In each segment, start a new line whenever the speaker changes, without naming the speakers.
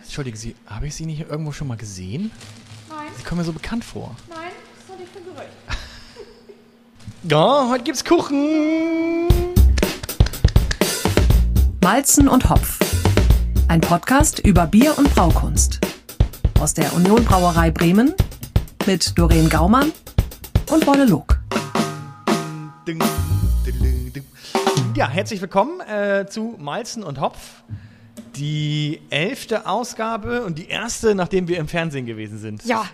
Entschuldigen Sie, habe ich Sie nicht irgendwo schon mal gesehen?
Nein,
Sie kommen mir so bekannt vor.
nein, das hatte ich für ein Gerücht.
Ja, heute gibt's Kuchen.
Malzen und Hopf. Ein Podcast über Bier und Braukunst. Aus der Union Brauerei Bremen mit Doreen Gaumann und Wolle Log.
Ja, herzlich willkommen äh, zu Malzen und Hopf. Die elfte Ausgabe und die erste, nachdem wir im Fernsehen gewesen sind.
Ja,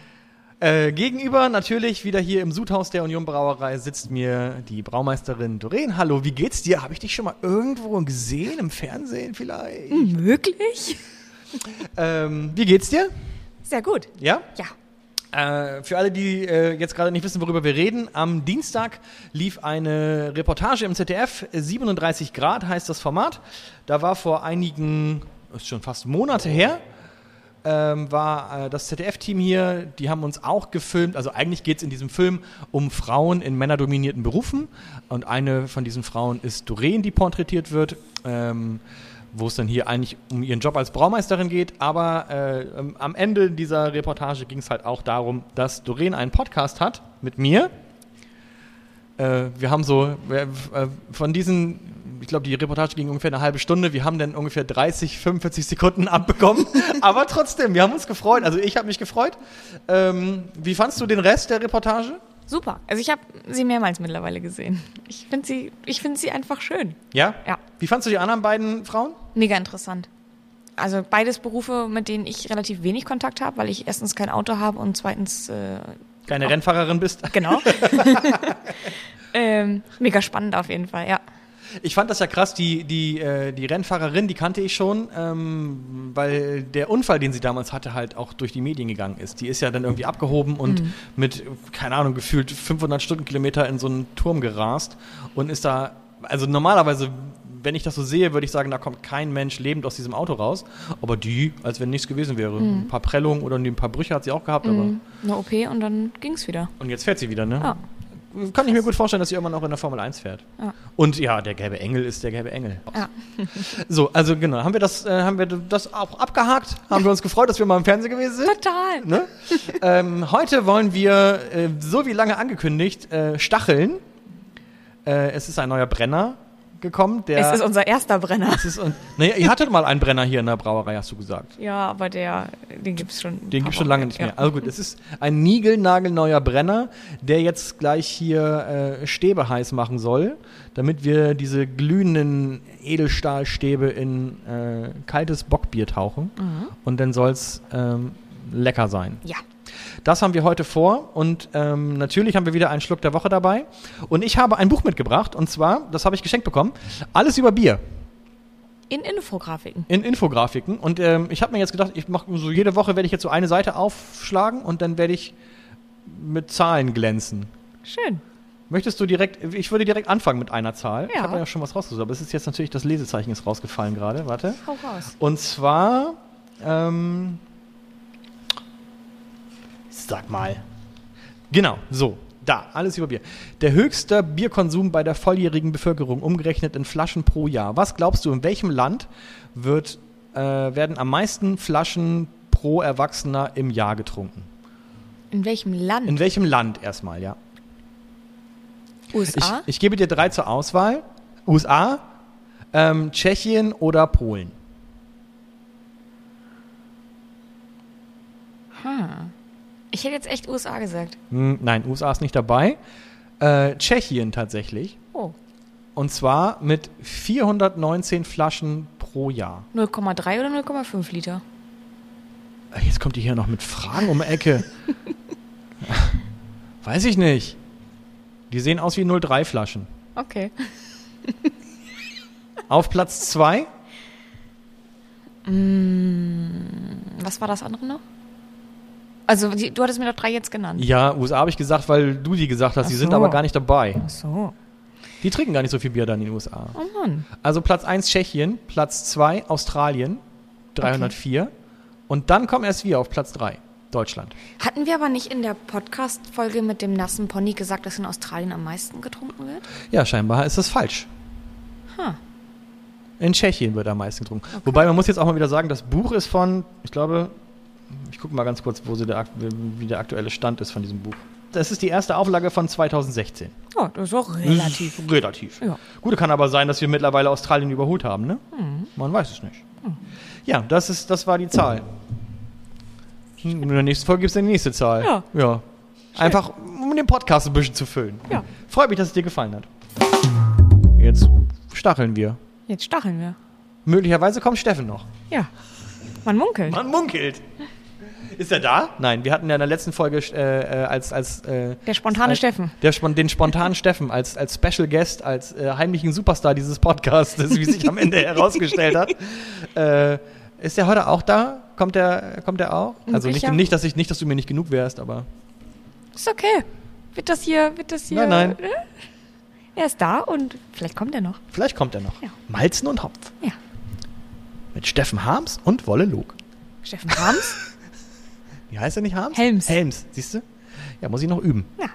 Äh, gegenüber natürlich wieder hier im Sudhaus der Union Brauerei sitzt mir die Braumeisterin Doreen. Hallo, wie geht's dir? Habe ich dich schon mal irgendwo gesehen? Im Fernsehen vielleicht?
Hm. möglich?
Ähm, wie geht's dir?
Sehr gut.
Ja?
Ja.
Äh, für alle, die äh, jetzt gerade nicht wissen, worüber wir reden, am Dienstag lief eine Reportage im ZDF, 37 Grad heißt das Format. Da war vor einigen, ist schon fast Monate her, ähm, war äh, das ZDF-Team hier, die haben uns auch gefilmt, also eigentlich geht es in diesem Film um Frauen in männerdominierten Berufen und eine von diesen Frauen ist Doreen, die porträtiert wird, ähm, wo es dann hier eigentlich um ihren Job als Braumeisterin geht, aber äh, ähm, am Ende dieser Reportage ging es halt auch darum, dass Doreen einen Podcast hat mit mir. Äh, wir haben so, wir, äh, von diesen, ich glaube, die Reportage ging ungefähr eine halbe Stunde. Wir haben dann ungefähr 30, 45 Sekunden abbekommen. Aber trotzdem, wir haben uns gefreut. Also ich habe mich gefreut. Ähm, wie fandst du den Rest der Reportage?
Super. Also ich habe sie mehrmals mittlerweile gesehen. Ich finde sie, ich find sie einfach schön.
Ja?
Ja.
Wie fandst du die anderen beiden Frauen?
Mega interessant. Also beides Berufe, mit denen ich relativ wenig Kontakt habe, weil ich erstens kein Auto habe und zweitens, äh,
Keine Rennfahrerin bist.
genau. ähm, mega spannend auf jeden Fall, ja.
Ich fand das ja krass, die, die, äh, die Rennfahrerin, die kannte ich schon, ähm, weil der Unfall, den sie damals hatte, halt auch durch die Medien gegangen ist. Die ist ja dann irgendwie abgehoben und mit, keine Ahnung, gefühlt 500 Stundenkilometer in so einen Turm gerast und ist da, also normalerweise, wenn ich das so sehe, würde ich sagen, da kommt kein Mensch lebend aus diesem Auto raus, aber die, als wenn nichts gewesen wäre. Ein paar Prellungen oder ein paar Brüche hat sie auch gehabt, aber.
Mhm. Eine OP und dann ging's wieder.
Und jetzt fährt sie wieder, ne?
Ja.
Kann ich mir gut vorstellen, dass sie irgendwann auch in der Formel 1 fährt.
Ja.
Und ja, der gelbe Engel ist der gelbe Engel.
Ja.
So, also genau, haben wir das, äh, haben wir das auch abgehakt? Haben wir uns gefreut, dass wir mal im Fernsehen gewesen sind?
Total.
Ne? ähm, heute wollen wir, äh, so wie lange angekündigt, äh, stacheln. Äh, es ist ein neuer Brenner gekommen, der.
Es ist unser erster Brenner.
es ist un naja, ihr hattet mal einen Brenner hier in der Brauerei, hast du gesagt.
Ja, aber der, den gibt's schon.
Den
ein paar
gibt es schon
Wochen.
lange nicht
Ja.
mehr. Also gut, es ist ein niegelnagelneuer Brenner, der jetzt gleich hier äh, Stäbe heiß machen soll, damit wir diese glühenden Edelstahlstäbe in äh, kaltes Bockbier tauchen. Und dann soll es ähm, lecker sein.
Ja.
Das haben wir heute vor und ähm, natürlich haben wir wieder einen Schluck der Woche dabei. Und ich habe ein Buch mitgebracht und zwar, das habe ich geschenkt bekommen, Alles über Bier
In Infografiken.
in Infografiken. Und ähm, ich habe mir jetzt gedacht, ich mache so jede Woche werde ich jetzt so eine Seite aufschlagen und dann werde ich mit Zahlen glänzen.
Schön.
Möchtest du direkt, ich würde direkt anfangen mit einer Zahl. Ich
Ja.
habe ja schon was rausgesucht, aber es ist jetzt natürlich, das Lesezeichen ist rausgefallen gerade. Warte.
Hau raus.
Und zwar, ähm, sag mal. Genau, so. Da, alles über Bier. Der höchste Bierkonsum bei der volljährigen Bevölkerung, umgerechnet in Flaschen pro Jahr. Was glaubst du, in welchem Land wird, äh, werden am meisten Flaschen pro Erwachsener im Jahr getrunken?
In welchem Land?
In welchem Land erstmal, ja? Ich,
USA?
ich gebe dir drei zur Auswahl. USA, ähm, Tschechien oder Polen.
Ich hätte jetzt echt USA gesagt.
Hm, Nein, USA ist nicht dabei. Äh, Tschechien tatsächlich.
Oh,
Und zwar mit 419 Flaschen pro Jahr.
0,3 oder 0,5 Liter?
Äh, Jetzt kommt die hier noch mit Fragen um die Ecke. Weiß ich nicht. Die sehen aus wie 03 Flaschen.
Okay.
Auf Platz 2
Mm, Was war das andere noch? Also, die, du hattest mir doch drei jetzt genannt.
Ja, USA habe ich gesagt, weil du die gesagt hast. Die
Ach
sind
so.
aber gar nicht dabei.
Ach so.
Die trinken gar nicht so viel Bier dann in den USA.
Oh Mann.
Also Platz 1 Tschechien, Platz 2 Australien, 304. Und dann kommen erst wir auf Platz 3, Deutschland.
Hatten wir aber nicht in der Podcast-Folge mit dem nassen Pony gesagt, dass in Australien am meisten getrunken wird?
Ja, scheinbar ist das falsch.
Ha.
In Tschechien wird am meisten getrunken. Wobei man muss jetzt auch mal wieder sagen, das Buch ist von, ich glaube, ich gucke mal ganz kurz, wo sie der, ak- wie der aktuelle Stand ist von diesem Buch. Das ist die erste Auflage von 2016.
Ja, das ist auch relativ.
Ist Relativ.
Ja.
Gut, kann aber sein, dass wir mittlerweile Australien überholt haben, ne?
Mhm.
Man weiß es nicht. Ja, das, ist, das war die Zahl. In der nächsten Folge gibt es eine nächste Zahl.
Hm, Ja.
ja. Einfach, um den Podcast ein bisschen zu füllen.
Ja.
Freut mich, dass es dir gefallen hat. Jetzt stacheln wir.
Jetzt stacheln wir.
Möglicherweise kommt Steffen noch.
Ja. Man munkelt.
Man munkelt. Ist er da? Nein, wir hatten ja in der letzten Folge äh, äh, als, als äh,
Der spontane
als,
Steffen.
Der, spon- den spontanen Steffen als, als Special Guest, als äh, heimlichen Superstar dieses Podcasts, wie sich am Ende herausgestellt hat. Äh, ist der heute auch da? Kommt der, kommt der auch? Also nicht,
Möglicher-
nicht, dass ich, nicht, dass du mir nicht genug wärst, aber.
Ist okay. Wird das hier, wird das hier.
Nein, nein.
äh? Er ist da und vielleicht kommt er noch.
Vielleicht kommt er noch.
Ja.
Malzen und Hopf.
Ja.
Mit Steffen Harms und Wolle Log.
Steffen Harms.
Wie heißt er nicht Harms?
Helms.
Helms, siehst du? Ja, muss ich noch üben.
Ja.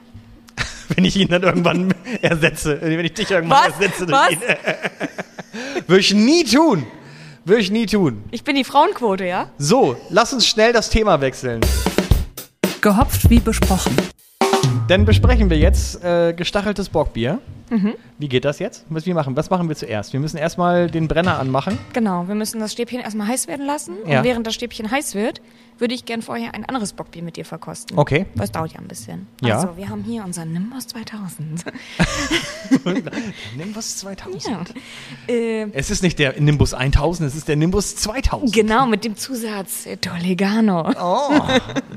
Wenn ich ihn dann irgendwann ersetze, äh, wenn ich dich irgendwann
Was?
ersetze, durch ihn.
Was?
würde ich nie tun. Würde ich nie tun.
Ich bin die Frauenquote, ja?
So, lass uns schnell das Thema wechseln.
Gehopft wie besprochen.
Dann besprechen wir jetzt äh, gestacheltes Bockbier.
Mhm.
Wie geht das jetzt? Was wir machen? Was machen wir zuerst? Wir müssen erstmal den Brenner anmachen.
Genau, wir müssen das Stäbchen erstmal heiß werden lassen.
Ja.
Und während das Stäbchen heiß wird, würde ich gern vorher ein anderes Bockbier mit dir verkosten.
Okay.
Das dauert ja ein bisschen.
Ja.
Also, wir haben hier unseren Nimbus 2000.
Nimbus 2000.
ja. äh,
Es ist nicht der Nimbus 1000, es ist der Nimbus 2000.
genau, mit dem Zusatz äh, Tollegano.
Oh,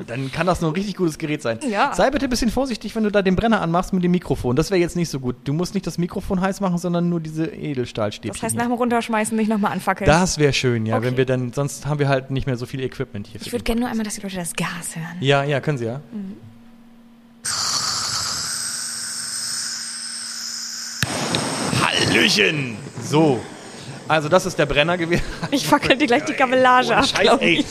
dann kann das nur ein richtig gutes Gerät sein.
Ja.
Sei bitte ein bisschen vorsichtig, wenn du da den Brenner anmachst mit dem Mikrofon. Das wäre jetzt nicht so gut. Du musst nicht das Mikrofon heiß machen, sondern nur diese Edelstahlstäbchen.
Das heißt,
hier.
nach dem Runterschmeißen nicht nochmal anfackeln.
das wäre schön, ja,
Okay.
wenn wir dann, sonst haben wir halt nicht mehr so viel Equipment hier. für
ich würde
den.
gerne nur einmal, dass die Leute das Gas hören.
ja, ja, können Sie ja. Hallöchen! So. Also, das ist der Brenner gewesen.
Ich fackel dir gleich die Kabellage
Ohne
ab,
Scheiß,
glaub
ey.
ich.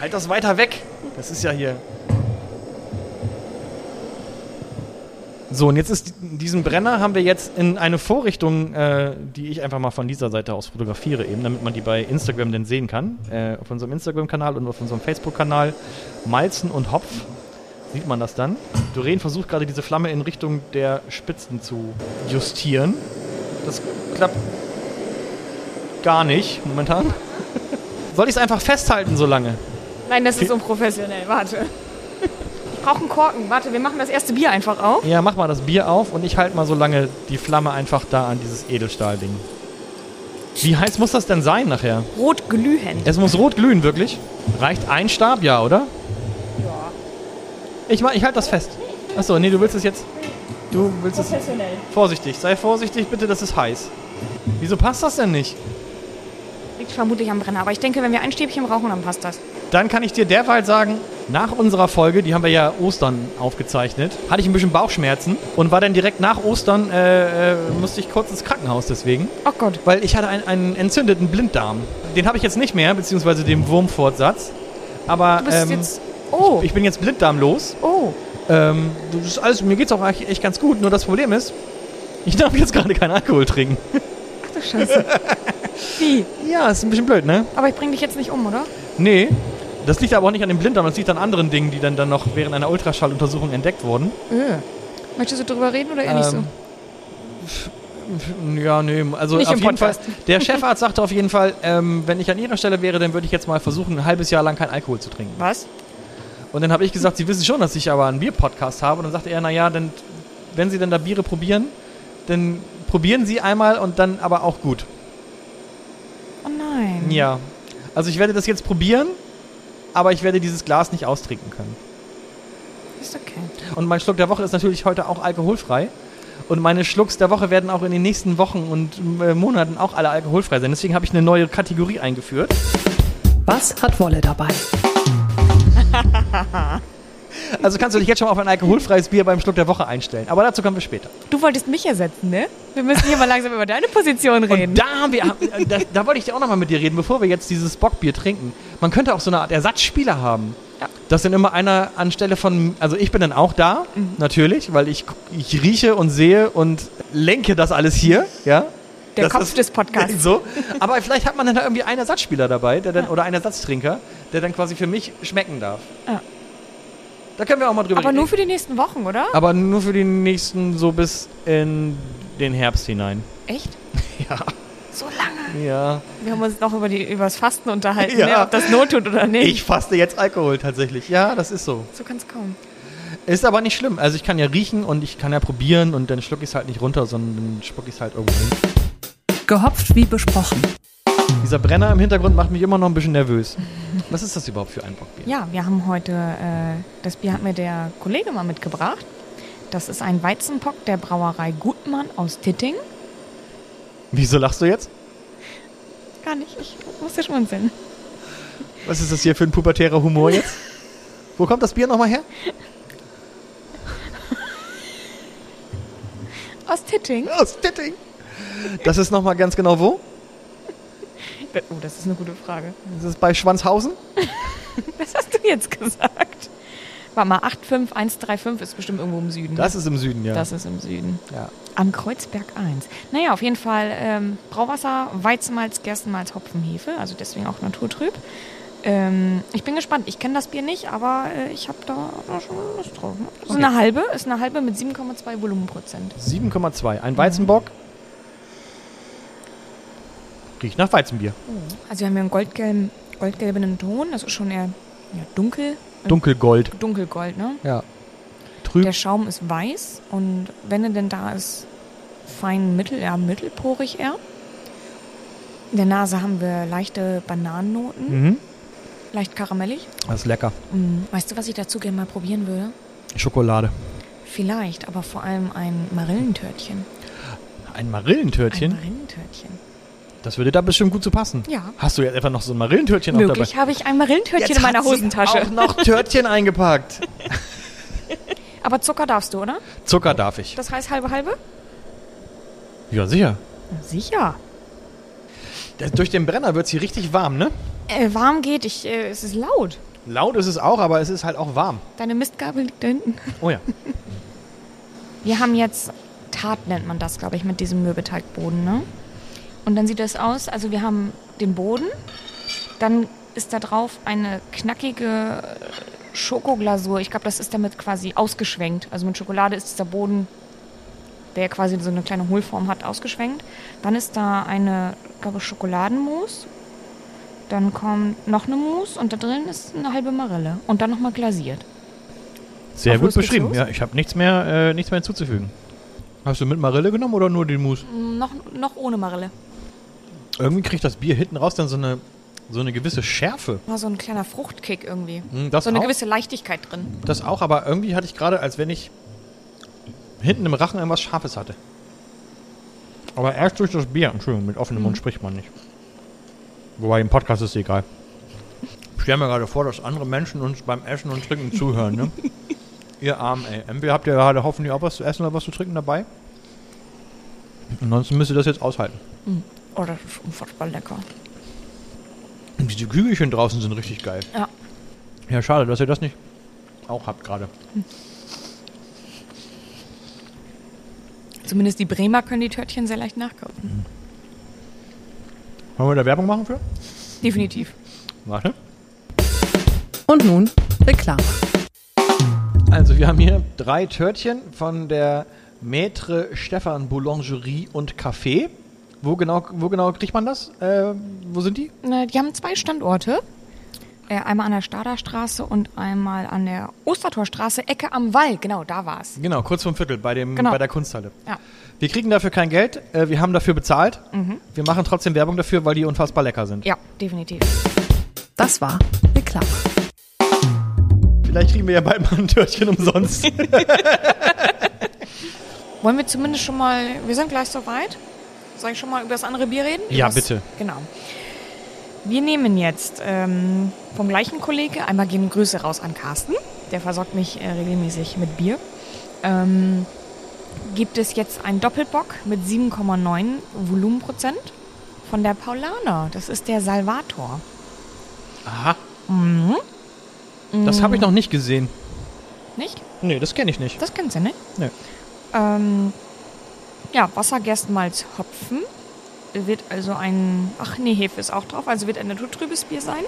Halt das weiter weg. Das ist ja hier. So, und jetzt ist diesen Brenner haben wir jetzt in eine Vorrichtung, äh, die ich einfach mal von dieser Seite aus fotografiere, eben, damit man die bei Instagram dann sehen kann. Äh, auf unserem Instagram-Kanal und auf unserem Facebook-Kanal Malzen und Hopf. Sieht man das dann? Doreen versucht gerade diese Flamme in Richtung der Spitzen zu justieren. Das klappt gar nicht momentan. Soll ich es einfach festhalten so lange?
Nein, das ist unprofessionell. Warte. Ich brauche einen Korken. Warte, wir machen das erste Bier einfach auf.
Ja, mach mal das Bier auf und ich halte mal so lange die Flamme einfach da an dieses Edelstahlding. Wie heiß muss das denn sein nachher?
Rot glühend.
Es muss rot glühen, wirklich? Reicht ein Stab, ja, oder? Ja. Ich, ma- ich halte das fest. Achso, nee, du willst es jetzt. Du willst es.
Professionell.
Vorsichtig, sei vorsichtig, bitte, das ist heiß. Wieso passt das denn nicht?
Liegt vermutlich am Brenner. Aber ich denke, wenn wir ein Stäbchen brauchen, dann passt das.
Dann kann ich dir derweil sagen, nach unserer Folge, die haben wir ja Ostern aufgezeichnet, hatte ich ein bisschen Bauchschmerzen und war dann direkt nach Ostern, äh, äh, musste ich kurz ins Krankenhaus deswegen.
Oh Gott.
Weil ich hatte einen, einen entzündeten Blinddarm. Den habe ich jetzt nicht mehr, beziehungsweise den Wurmfortsatz. Aber
Du bist
ähm,
jetzt. Oh.
ich bin jetzt blinddarmlos.
oh.
Ähm, das ist alles, mir geht's auch eigentlich echt ganz gut. Nur das Problem ist, ich darf jetzt gerade keinen Alkohol trinken.
Ach du Scheiße. Wie?
Ja, ist ein bisschen blöd, ne?
Aber ich bring dich jetzt nicht um, oder?
Nee. Das liegt aber auch nicht an dem Blinddarm, das liegt an anderen Dingen, die dann, dann noch während einer Ultraschalluntersuchung entdeckt wurden.
Äh. Möchtest du drüber reden oder eher nicht so?
Ähm, Ja, nee, also
Nicht
auf
im
jeden Fall.
Podcast.
Der Chefarzt sagte auf jeden Fall, ähm, wenn ich an ihrer Stelle wäre, dann würde ich jetzt mal versuchen, ein halbes Jahr lang keinen Alkohol zu trinken.
Was?
Und dann habe ich gesagt, Sie wissen schon, dass ich aber einen Bier-Podcast habe. Und dann sagte er, naja, dann, wenn Sie denn da Biere probieren, dann probieren Sie einmal und dann aber auch gut.
Oh nein.
Ja. Also ich werde das jetzt probieren, aber ich werde dieses Glas nicht austrinken können.
Ist okay.
Und mein Schluck der Woche ist natürlich heute auch alkoholfrei. Und meine Schlucks der Woche werden auch in den nächsten Wochen und äh, Monaten auch alle alkoholfrei sein. Deswegen habe ich eine neue Kategorie eingeführt.
Was hat Wolle dabei?
Also kannst du dich jetzt schon mal auf ein alkoholfreies Bier beim Schluck der Woche einstellen. Aber dazu kommen wir später.
Du wolltest mich ersetzen, ne? Wir müssen hier mal langsam über deine Position reden.
Und da haben wir, äh, da, da wollte ich dir auch nochmal mit dir reden, bevor wir jetzt dieses Bockbier trinken. Man könnte auch so eine Art Ersatzspieler haben.
Ja.
Dass dann immer einer anstelle von, also ich bin dann auch da, natürlich, weil ich, ich rieche und sehe und lenke das alles hier, ja.
Der
Das
Kopf
ist-
des Podcasts.
So. Aber vielleicht hat man dann da irgendwie einen Ersatzspieler dabei der dann, oder einen Ersatztrinker, der dann quasi für mich schmecken darf.
Ja.
Da können wir auch mal drüber
Aber
reden.
nur für die nächsten Wochen, oder?
Aber nur für die nächsten so bis in den Herbst hinein.
Echt?
Ja.
So lange.
Ja.
Wir haben uns noch über, die, über das Fasten unterhalten,
Ja.
ne? ob das Not tut oder nicht.
Ich faste jetzt Alkohol tatsächlich. Ja, das ist so.
so ganz kaum.
Ist aber nicht schlimm. Also ich kann ja riechen und ich kann ja probieren und dann schluck ich es halt nicht runter, sondern dann spuck ich es halt irgendwo hin.
Gehopft wie besprochen.
Dieser Brenner im Hintergrund macht mich immer noch ein bisschen nervös. Was ist das überhaupt für ein Bockbier?
Ja, wir haben heute, äh, das Bier hat mir der Kollege mal mitgebracht. Das ist ein Weizenpock der Brauerei Gutmann aus Titting.
Wieso lachst du jetzt?
Gar nicht, ich musste schmunzeln.
Was ist das hier für ein pubertärer Humor jetzt? Wo kommt das Bier nochmal her?
Aus Titting?
Aus Titting. Das ist nochmal ganz genau wo?
Oh, das ist eine gute Frage.
Das ist bei Schwanzhausen?
Was hast du jetzt gesagt? Warte mal, 85135 ist bestimmt irgendwo im Süden.
Das ist im Süden, ja.
Das ist im Süden.
ja.
Am Kreuzberg 1. Naja, auf jeden Fall ähm, Brauwasser, Weizenmalz, Gerstenmalz, Hopfenhefe, also deswegen auch naturtrüb. Ähm, ich bin gespannt. Ich kenne das Bier nicht, aber äh, ich habe da, da schon Lust drauf. ne? Das ist
Okay.
eine halbe, ist eine halbe mit 7,2 Volumenprozent.
7,2. Ein Weizenbock. Riecht nach Weizenbier.
Also wir haben hier einen goldgelben, goldgelbenen Ton, das ist schon eher ja, dunkel,
Dunkelgold.
dunkelgold, ne?
Ja. Trüb.
Der Schaum ist weiß und wenn er denn da ist, fein mittel, ja, mittelporig eher. In der Nase haben wir leichte Bananennoten,
Mhm.
leicht karamellig.
Das ist lecker.
Mm, Weißt du, was ich dazu gerne mal probieren würde?
Schokolade.
Vielleicht, aber vor allem ein Marillentörtchen.
Ein
Ein
Marillentörtchen?
Marillentörtchen.
Das würde da bestimmt gut zu passen.
Ja.
Hast du jetzt einfach noch so ein Marillentörtchen auch dabei?
Möglich habe ich ein Marillentörtchen in meiner
hat sie Auch
Hosentasche.
noch Törtchen eingepackt.
Aber Zucker darfst du, oder?
Zucker darf ich.
Das heißt halbe halbe?
Ja, sicher.
Sicher.
Das, durch den Brenner wird es hier richtig warm, ne?
Äh, warm geht, ich, äh, es ist laut.
Laut ist es auch, aber es ist halt auch warm.
Deine Mistgabel liegt da hinten.
Oh ja.
Wir haben jetzt Tart nennt man das, glaube ich, mit diesem Mürbeteigboden, ne? Und dann sieht das aus, also wir haben den Boden, dann ist da drauf eine knackige äh, Schokoglasur. Ich glaube, das ist damit quasi ausgeschwenkt. Also mit Schokolade ist dieser Boden, der quasi so eine kleine Hohlform hat, ausgeschwenkt. Dann ist da eine, glaube ich, Schokoladenmus. Dann kommt noch eine Mousse und da drin ist eine halbe Marille. Und dann nochmal glasiert.
Sehr
Auf
gut
los geht's
beschrieben.
los?
Ja, ich habe nichts mehr, äh, nichts mehr hinzuzufügen. Hast du mit Marille genommen oder nur den Mousse?
Mm, Noch, noch ohne Marille.
Irgendwie kriegt das Bier hinten raus dann so eine, so eine gewisse Schärfe.
War so ein kleiner Fruchtkick irgendwie.
Hm, Das,
So eine
auch,
gewisse Leichtigkeit drin.
das auch, aber irgendwie hatte ich gerade, als wenn ich hinten im Rachen irgendwas Scharfes hatte. Aber erst durch das Bier. Entschuldigung, mit offenem Mund spricht man nicht. Wobei, im Podcast ist es egal. Ich stelle mir gerade vor, dass andere Menschen uns beim Essen und Trinken zuhören, ne? Ihr Arm, ey. Entweder habt ihr gerade hoffentlich auch was zu essen oder was zu trinken dabei. Ansonsten müsst ihr das jetzt aushalten.
Oh, das ist unfassbar lecker.
Und diese Kügelchen draußen sind richtig geil.
Ja.
Ja, schade, dass ihr das nicht auch habt gerade.
Zumindest die Bremer können die Törtchen sehr leicht nachkaufen.
Wollen wir da Werbung machen für?
Definitiv.
Warte.
Und nun Reklame.
Also wir haben hier drei Törtchen von der Maître Stefan Boulangerie und Café. Wo genau, wo genau kriegt man das? Äh, wo sind die?
Na, die haben zwei Standorte. Äh, Einmal an der Staderstraße und einmal an der Ostertorstraße, Ecke am Wall. Genau, da war's.
Genau, kurz vom Viertel bei, dem,
Genau.
bei der Kunsthalle.
Ja.
Wir kriegen dafür kein Geld, äh, wir haben dafür bezahlt. Wir machen trotzdem Werbung dafür, weil die unfassbar lecker sind.
Ja, definitiv.
Das war Reklame.
Vielleicht kriegen wir ja bald mal ein Törtchen umsonst.
Wollen wir zumindest schon mal, wir sind gleich soweit. Soll ich schon mal über das andere Bier reden?
Ja,
Übers-
bitte.
Genau. Wir nehmen jetzt ähm, vom gleichen Kollege, einmal gehen Grüße raus an Carsten, der versorgt mich äh, regelmäßig mit Bier. Ähm, gibt es jetzt einen Doppelbock mit 7,9 Volumenprozent von der Paulaner. Das ist der Salvator.
Aha. Das habe ich noch nicht gesehen.
Nicht?
Nee, das kenne ich nicht.
Das ne? kennst du nicht?
Nee.
Ähm, ja, Wasser, Gerstenmalz, Hopfen. wird also ein, ach nee, Hefe ist auch drauf, also wird ein naturtrübes Bier sein.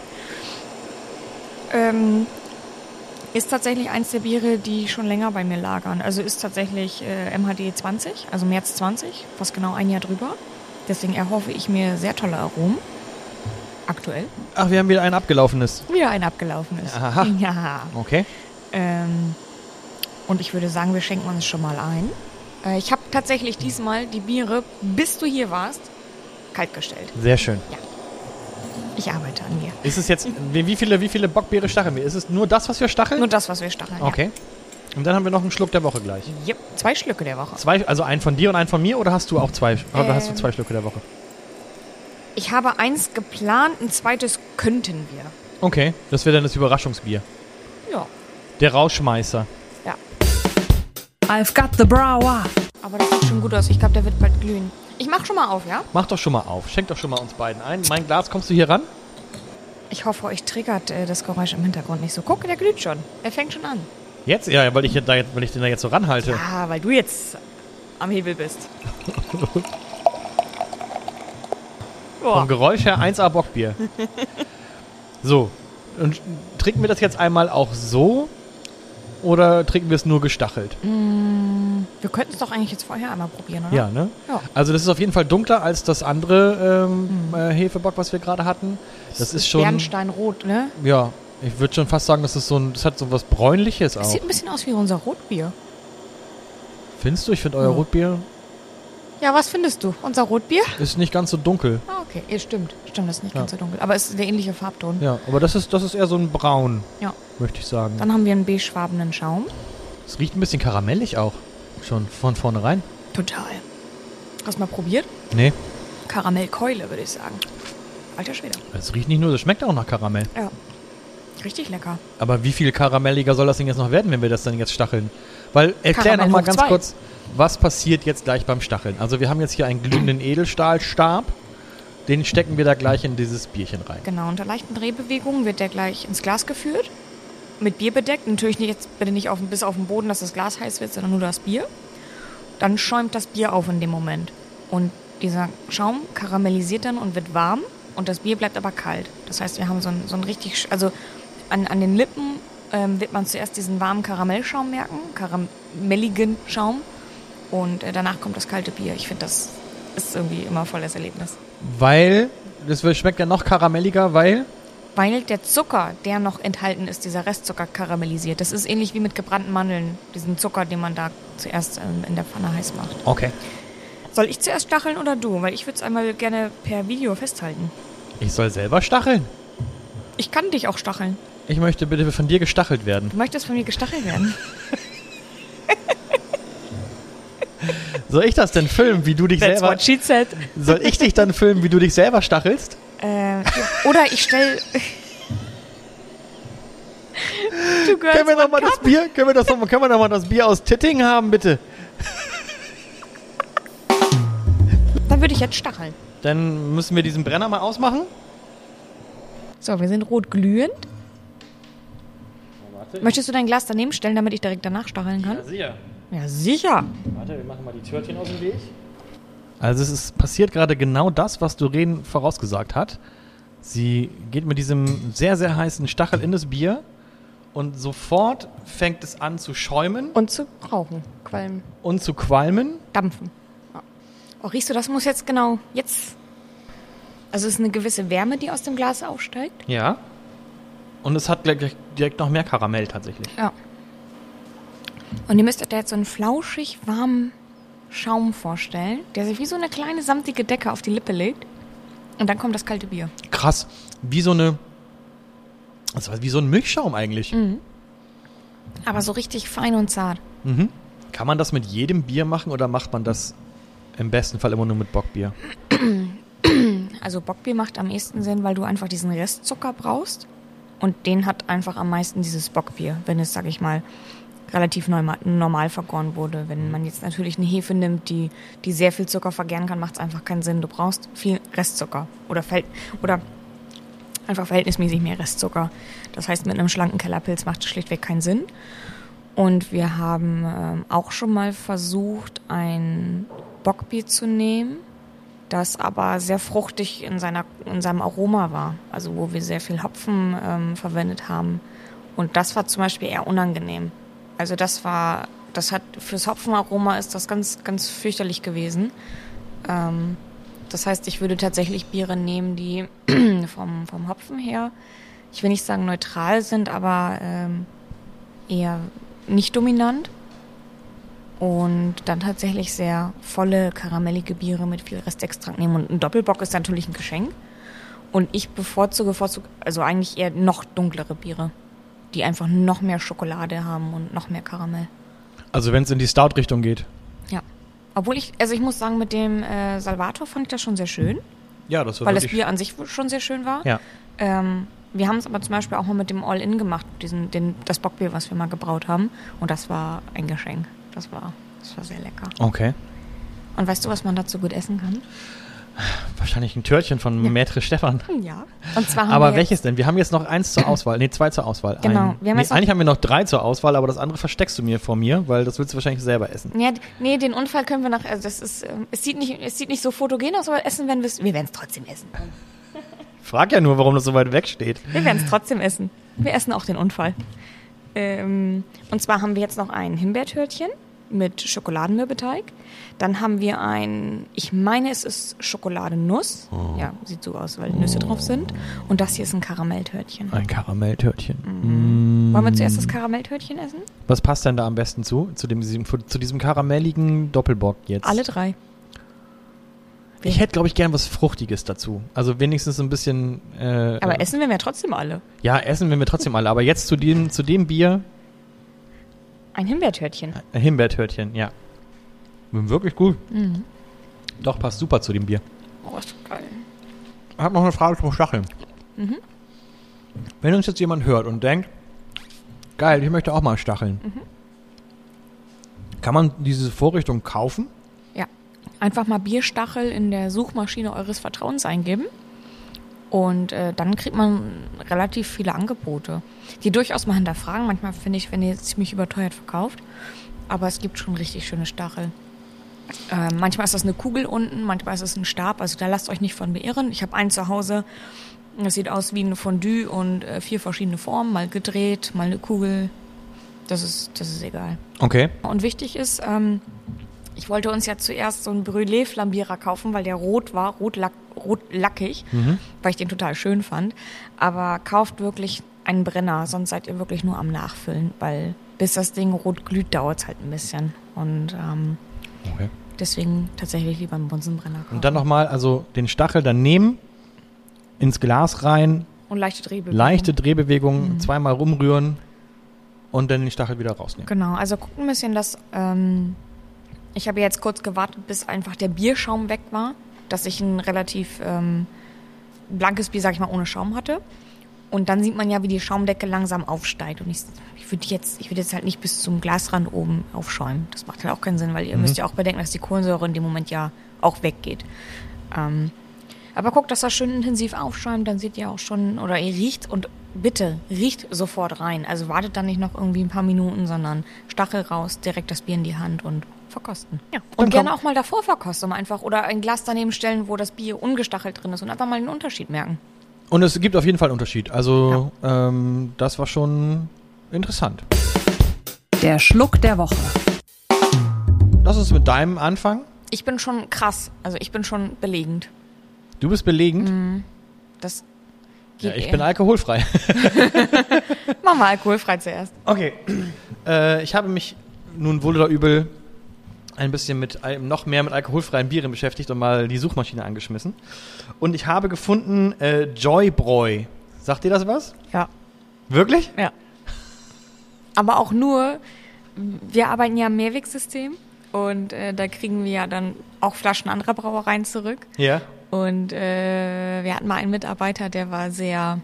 Ähm, ist tatsächlich eins der Biere, die schon länger bei mir lagern. Also ist tatsächlich äh, MHD 20, also März 20, fast genau ein Jahr drüber. Deswegen erhoffe ich mir sehr tolle Aromen. Aktuell.
Ach, wir haben wieder ein abgelaufenes.
Wieder ein abgelaufenes.
Aha.
Ja.
Okay.
Ähm, und ich würde sagen, wir schenken uns schon mal ein. Äh, ich habe tatsächlich diesmal die Biere, bis du hier warst, kaltgestellt.
Sehr schön.
Ich arbeite an mir.
Ist es jetzt, wie wie viele, wie viele Bockbeere stacheln wir? Ist es nur das, was wir stacheln?
Nur das, was wir stacheln.
Okay. Und dann haben wir noch einen Schluck der Woche gleich.
Ja. Yep. Zwei Schlücke der Woche.
Zwei, also einen von dir und einen von mir oder hast du auch zwei, oder hast du
Ähm.
zwei Schlücke der Woche?
Ich habe eins geplant, ein zweites könnten wir.
Okay, das wäre dann das Überraschungsbier.
Ja.
Der Rauschmeißer.
I've got the Brower.
Aber das sieht schon gut aus. Ich glaube, der wird bald glühen. Ich mach schon mal auf, ja?
Mach doch schon mal auf. Schenk doch schon mal uns beiden ein. Mein Glas, kommst du hier ran?
Ich hoffe, euch triggert äh, das Geräusch im Hintergrund nicht so. Guck, der glüht schon. Er fängt schon an.
Jetzt? Ja, weil ich, da, jetzt- weil ich den da jetzt so ranhalte.
Ah, weil du jetzt am Hebel bist.
Vom
Boah.
Geräusch her 1A Bockbier. so. Und trinken wir das jetzt einmal auch so? Oder trinken wir es nur gestachelt?
Wir könnten es doch eigentlich jetzt vorher einmal probieren, oder?
Ja, ne?
Ja. Mhm.
Also das ist auf jeden Fall dunkler als das andere ähm, äh, Hefebock, was wir gerade hatten. Das ist schon.
Bernsteinrot, ne?
Ja, ich würde schon fast sagen, das ist so ein. Das hat so was Bräunliches
Das
auch.
sieht ein bisschen aus wie unser Rotbier.
Findest du? Ich finde euer
Ja.
Rotbier
Ja, was findest du? Unser Rotbier?
ist nicht ganz so dunkel.
Ah, okay. Ja, stimmt. Stimmt, das ist nicht
Ja.
ganz so dunkel. Aber es ist der ähnliche Farbton.
Ja, aber das ist, das ist eher so ein Braun,
Ja.
möchte ich sagen.
Dann haben wir einen beschwabenen Schaum.
Es riecht ein bisschen karamellig auch. Schon von vornherein.
Total. Hast du mal probiert?
Nee,
Karamellkeule, würde ich sagen. Alter Schwede.
es riecht nicht nur, es schmeckt auch nach Karamell.
Ja. Richtig lecker.
Aber wie viel karamelliger soll das denn jetzt noch werden, wenn wir das dann jetzt stacheln? Weil erklär
Karamell
noch mal
hoch
ganz
zwei.
kurz, was passiert jetzt gleich beim Stacheln? Also wir haben jetzt hier einen glühenden Edelstahlstab, den stecken wir da gleich in dieses Bierchen rein.
Genau, unter leichten Drehbewegungen wird der gleich ins Glas geführt. Mit Bier bedeckt. Natürlich nicht, jetzt bitte nicht auf, bis auf den Boden, dass das Glas heiß wird, sondern nur das Bier. Dann schäumt das Bier auf in dem Moment. Und dieser Schaum karamellisiert dann und wird warm. Und das Bier bleibt aber kalt. Das heißt, wir haben so ein, so ein richtig. sch- Also an, an den Lippen ähm, wird man zuerst diesen warmen Karamellschaum merken. Karamelligen Schaum. Und äh, danach kommt das kalte Bier. Ich finde, das ist irgendwie immer voll das Erlebnis.
Weil, das wird- schmeckt ja noch karamelliger, weil
Weil der Zucker, der noch enthalten ist, dieser Restzucker karamellisiert. Das ist ähnlich wie mit gebrannten Mandeln, diesen Zucker, den man da zuerst ähm, in der Pfanne heiß macht.
Okay.
Soll ich zuerst stacheln oder du? Weil ich würde es einmal gerne per Video festhalten.
Ich soll selber stacheln.
Ich kann dich auch stacheln.
Ich möchte bitte von dir gestachelt werden.
Du möchtest von mir gestachelt werden.
Soll ich das denn filmen, wie du dich selber
she said.
Soll ich dich dann filmen, wie du dich selber stachelst?
Äh, oder ich stell. du
Können wir
gehörst.
noch mal das Bier, können wir das noch mal, können wir noch mal das Bier aus Titting haben, bitte?
Dann würde ich jetzt stacheln.
Dann müssen wir diesen Brenner mal ausmachen.
So, wir sind rot glühend. Möchtest du dein Glas daneben stellen, damit ich direkt danach stacheln kann?
sicher.
Ja, sicher.
Warte, wir machen mal die Törtchen aus dem Weg. Also es ist passiert gerade genau das, was Doreen vorausgesagt hat. Sie geht mit diesem sehr, sehr heißen Stachel in das Bier und sofort fängt es an zu schäumen
Und zu rauchen, qualmen,
und zu qualmen.
dampfen. Ja. Oh, riechst du, das muss jetzt genau jetzt. Also es ist eine gewisse Wärme, die aus dem Glas aufsteigt.
Ja. Und es hat gleich, gleich direkt noch mehr Karamell tatsächlich.
Ja. Und ihr müsst euch da jetzt so einen flauschig warmen Schaum vorstellen, der sich wie so eine kleine samtige Decke auf die Lippe legt. Und dann kommt das kalte Bier.
Krass, wie so eine. Das war wie so ein Milchschaum eigentlich.
Mhm. Aber so richtig fein und zart.
Kann man das mit jedem Bier machen oder macht man das im besten Fall immer nur mit Bockbier?
Also Bockbier macht am ehesten Sinn, weil du einfach diesen Restzucker brauchst. Und den hat einfach am meisten dieses Bockbier, wenn es, sag ich mal, relativ normal, normal vergoren wurde. Wenn man jetzt natürlich eine Hefe nimmt, die, die sehr viel Zucker vergären kann, macht es einfach keinen Sinn. Du brauchst viel Restzucker oder, Verhält- oder einfach verhältnismäßig mehr Restzucker. Das heißt, mit einem schlanken Kellerpilz macht es schlichtweg keinen Sinn. Und wir haben ähm, auch schon mal versucht, ein Bockbier zu nehmen das aber sehr fruchtig in, seiner, in seinem Aroma war. Also wo wir sehr viel Hopfen ähm, verwendet haben. Und das war zum Beispiel eher unangenehm. Also das war, das hat fürs Hopfenaroma ist das ganz, ganz fürchterlich gewesen. Ähm, das heißt, ich würde tatsächlich Biere nehmen, die vom, vom Hopfen her, ich will nicht sagen neutral sind, aber ähm, eher nicht dominant. Und dann tatsächlich sehr volle, karamellige Biere mit viel Restextrakt nehmen. Und ein Doppelbock ist natürlich ein Geschenk. Und ich bevorzuge, vorzuge, also eigentlich eher noch dunklere Biere, die einfach noch mehr Schokolade haben und noch mehr Karamell.
Also wenn es in die Stout-Richtung geht.
Ja. Obwohl ich, also ich muss sagen, mit dem äh, Salvator fand ich das schon sehr schön,
Ja, das war
weil das
wirklich...
Bier an sich schon sehr schön war.
ja.
Ähm, wir haben es aber zum Beispiel auch mal mit dem All-In gemacht, diesen, den, das Bockbier, was wir mal gebraut haben. Und das war ein Geschenk. Das war, das war sehr lecker.
Okay.
Und weißt du, was man dazu gut essen kann?
Wahrscheinlich ein Törtchen von
Ja.
Maitre Stefan.
Hm, Ja. Und zwar haben
Aber
wir
welches denn? Wir haben jetzt noch eins zur Auswahl. Nee, zwei zur Auswahl.
Genau.
Ein,
Wir haben
nee,
jetzt noch-
eigentlich haben wir noch drei zur Auswahl, aber das andere versteckst du mir vor mir, weil das willst du wahrscheinlich selber essen.
Jetzt, ja, d- nee, den Unfall können wir nach. Also das ist, ähm, es sieht nicht, es sieht nicht so fotogen aus, aber essen werden wir es. Wir werden es trotzdem essen.
Ich frag ja nur, warum das so weit weg steht.
Wir werden es trotzdem essen. Wir essen auch den Unfall. Ähm, und zwar haben wir jetzt noch ein Himbeertörtchen mit Schokoladenmürbeteig. Dann haben wir ein, ich meine, es ist Schokoladennuss.
Oh.
Ja, sieht so aus, weil Nüsse drauf sind. Und das hier ist ein Karamelltörtchen.
Ein Karamelltörtchen.
Wollen wir zuerst das Karamelltörtchen essen?
Was passt denn da am besten zu? Zu, dem, zu diesem karamelligen Doppelbock jetzt?
Alle drei.
Ich hätte, glaube ich, gern was Fruchtiges dazu. Also wenigstens ein bisschen. Äh,
Aber
äh,
essen werden wir trotzdem alle.
Ja, essen werden wir trotzdem alle. Aber jetzt zu dem, zu dem Bier
Ein Himbeertörtchen.
äh, Himbeertörtchen, ja. Wirklich gut. Doch, passt super zu dem Bier.
Oh, ist doch geil.
Ich habe noch eine Frage zum Stacheln. Wenn uns jetzt jemand hört und denkt, geil, ich möchte auch mal stacheln. Kann man diese Vorrichtung kaufen?
Ja. Einfach mal Bierstachel in der Suchmaschine eures Vertrauens eingeben. Und äh, dann kriegt man relativ viele Angebote, die durchaus mal hinterfragen. Manchmal finde ich, wenn ihr ziemlich überteuert verkauft. Aber es gibt schon richtig schöne Stachel. Äh, manchmal ist das eine Kugel unten, manchmal ist es ein Stab. Also da lasst euch nicht von beirren. Ich habe einen zu Hause. Das sieht aus wie eine Fondue und äh, vier verschiedene Formen. Mal gedreht, mal eine Kugel. Das ist, das ist egal.
Okay.
Und wichtig ist, ähm, ich wollte uns ja zuerst so einen Brûlé-Flambierer kaufen, weil der rot war, rotlack, rotlackig,
Mhm.
weil ich den total schön fand. Aber kauft wirklich einen Brenner, sonst seid ihr wirklich nur am Nachfüllen, weil bis das Ding rot glüht, dauert es halt ein bisschen. Und ähm,
okay.
deswegen tatsächlich lieber einen Bunsenbrenner kaufen.
Und dann nochmal, also den Stachel dann nehmen, ins Glas rein,
Und leichte Drehbewegung.
leichte Drehbewegung, zweimal rumrühren und dann den Stachel wieder rausnehmen.
Genau, also guckt ein bisschen, dass ähm, ich habe jetzt kurz gewartet, bis einfach der Bierschaum weg war, dass ich ein relativ ähm, blankes Bier, sag ich mal, ohne Schaum hatte. Und dann sieht man ja, wie die Schaumdecke langsam aufsteigt. Und ich, ich würde jetzt, ich würde jetzt halt nicht bis zum Glasrand oben aufschäumen. Das macht halt auch keinen Sinn, weil ihr müsst ja auch bedenken, dass die Kohlensäure in dem Moment ja auch weggeht. Ähm, aber guckt, dass das schön intensiv aufschäumt, dann seht ihr auch schon, oder ihr riecht und bitte riecht sofort rein. Also wartet dann nicht noch irgendwie ein paar Minuten, sondern Stachel raus, direkt das Bier in die Hand und verkosten. Ja. Und gerne auch mal davor verkosten, um einfach oder ein Glas daneben stellen, wo das Bier ungestachelt drin ist und einfach mal den Unterschied merken.
Und es gibt auf jeden Fall einen Unterschied. Also ähm, das war schon interessant.
Der Schluck der Woche.
Lass uns mit deinem anfangen.
Ich bin schon krass, also ich bin schon belegend.
Du bist belegend.
Das geht
ja, ich
eh.
bin halt alkoholfrei.
Mach mal alkoholfrei zuerst.
Okay. Äh, ich habe mich nun wohl oder übel ein bisschen mit Al- noch mehr mit alkoholfreien Bieren beschäftigt und mal die Suchmaschine angeschmissen. Und ich habe gefunden äh, Joybräu. Sagt dir das was?
Ja.
Wirklich?
Ja. Aber auch nur, wir arbeiten ja im Mehrwegsystem und äh, da kriegen wir ja dann auch Flaschen anderer Brauereien zurück.
Ja.
Und äh, wir hatten mal einen Mitarbeiter, der war sehr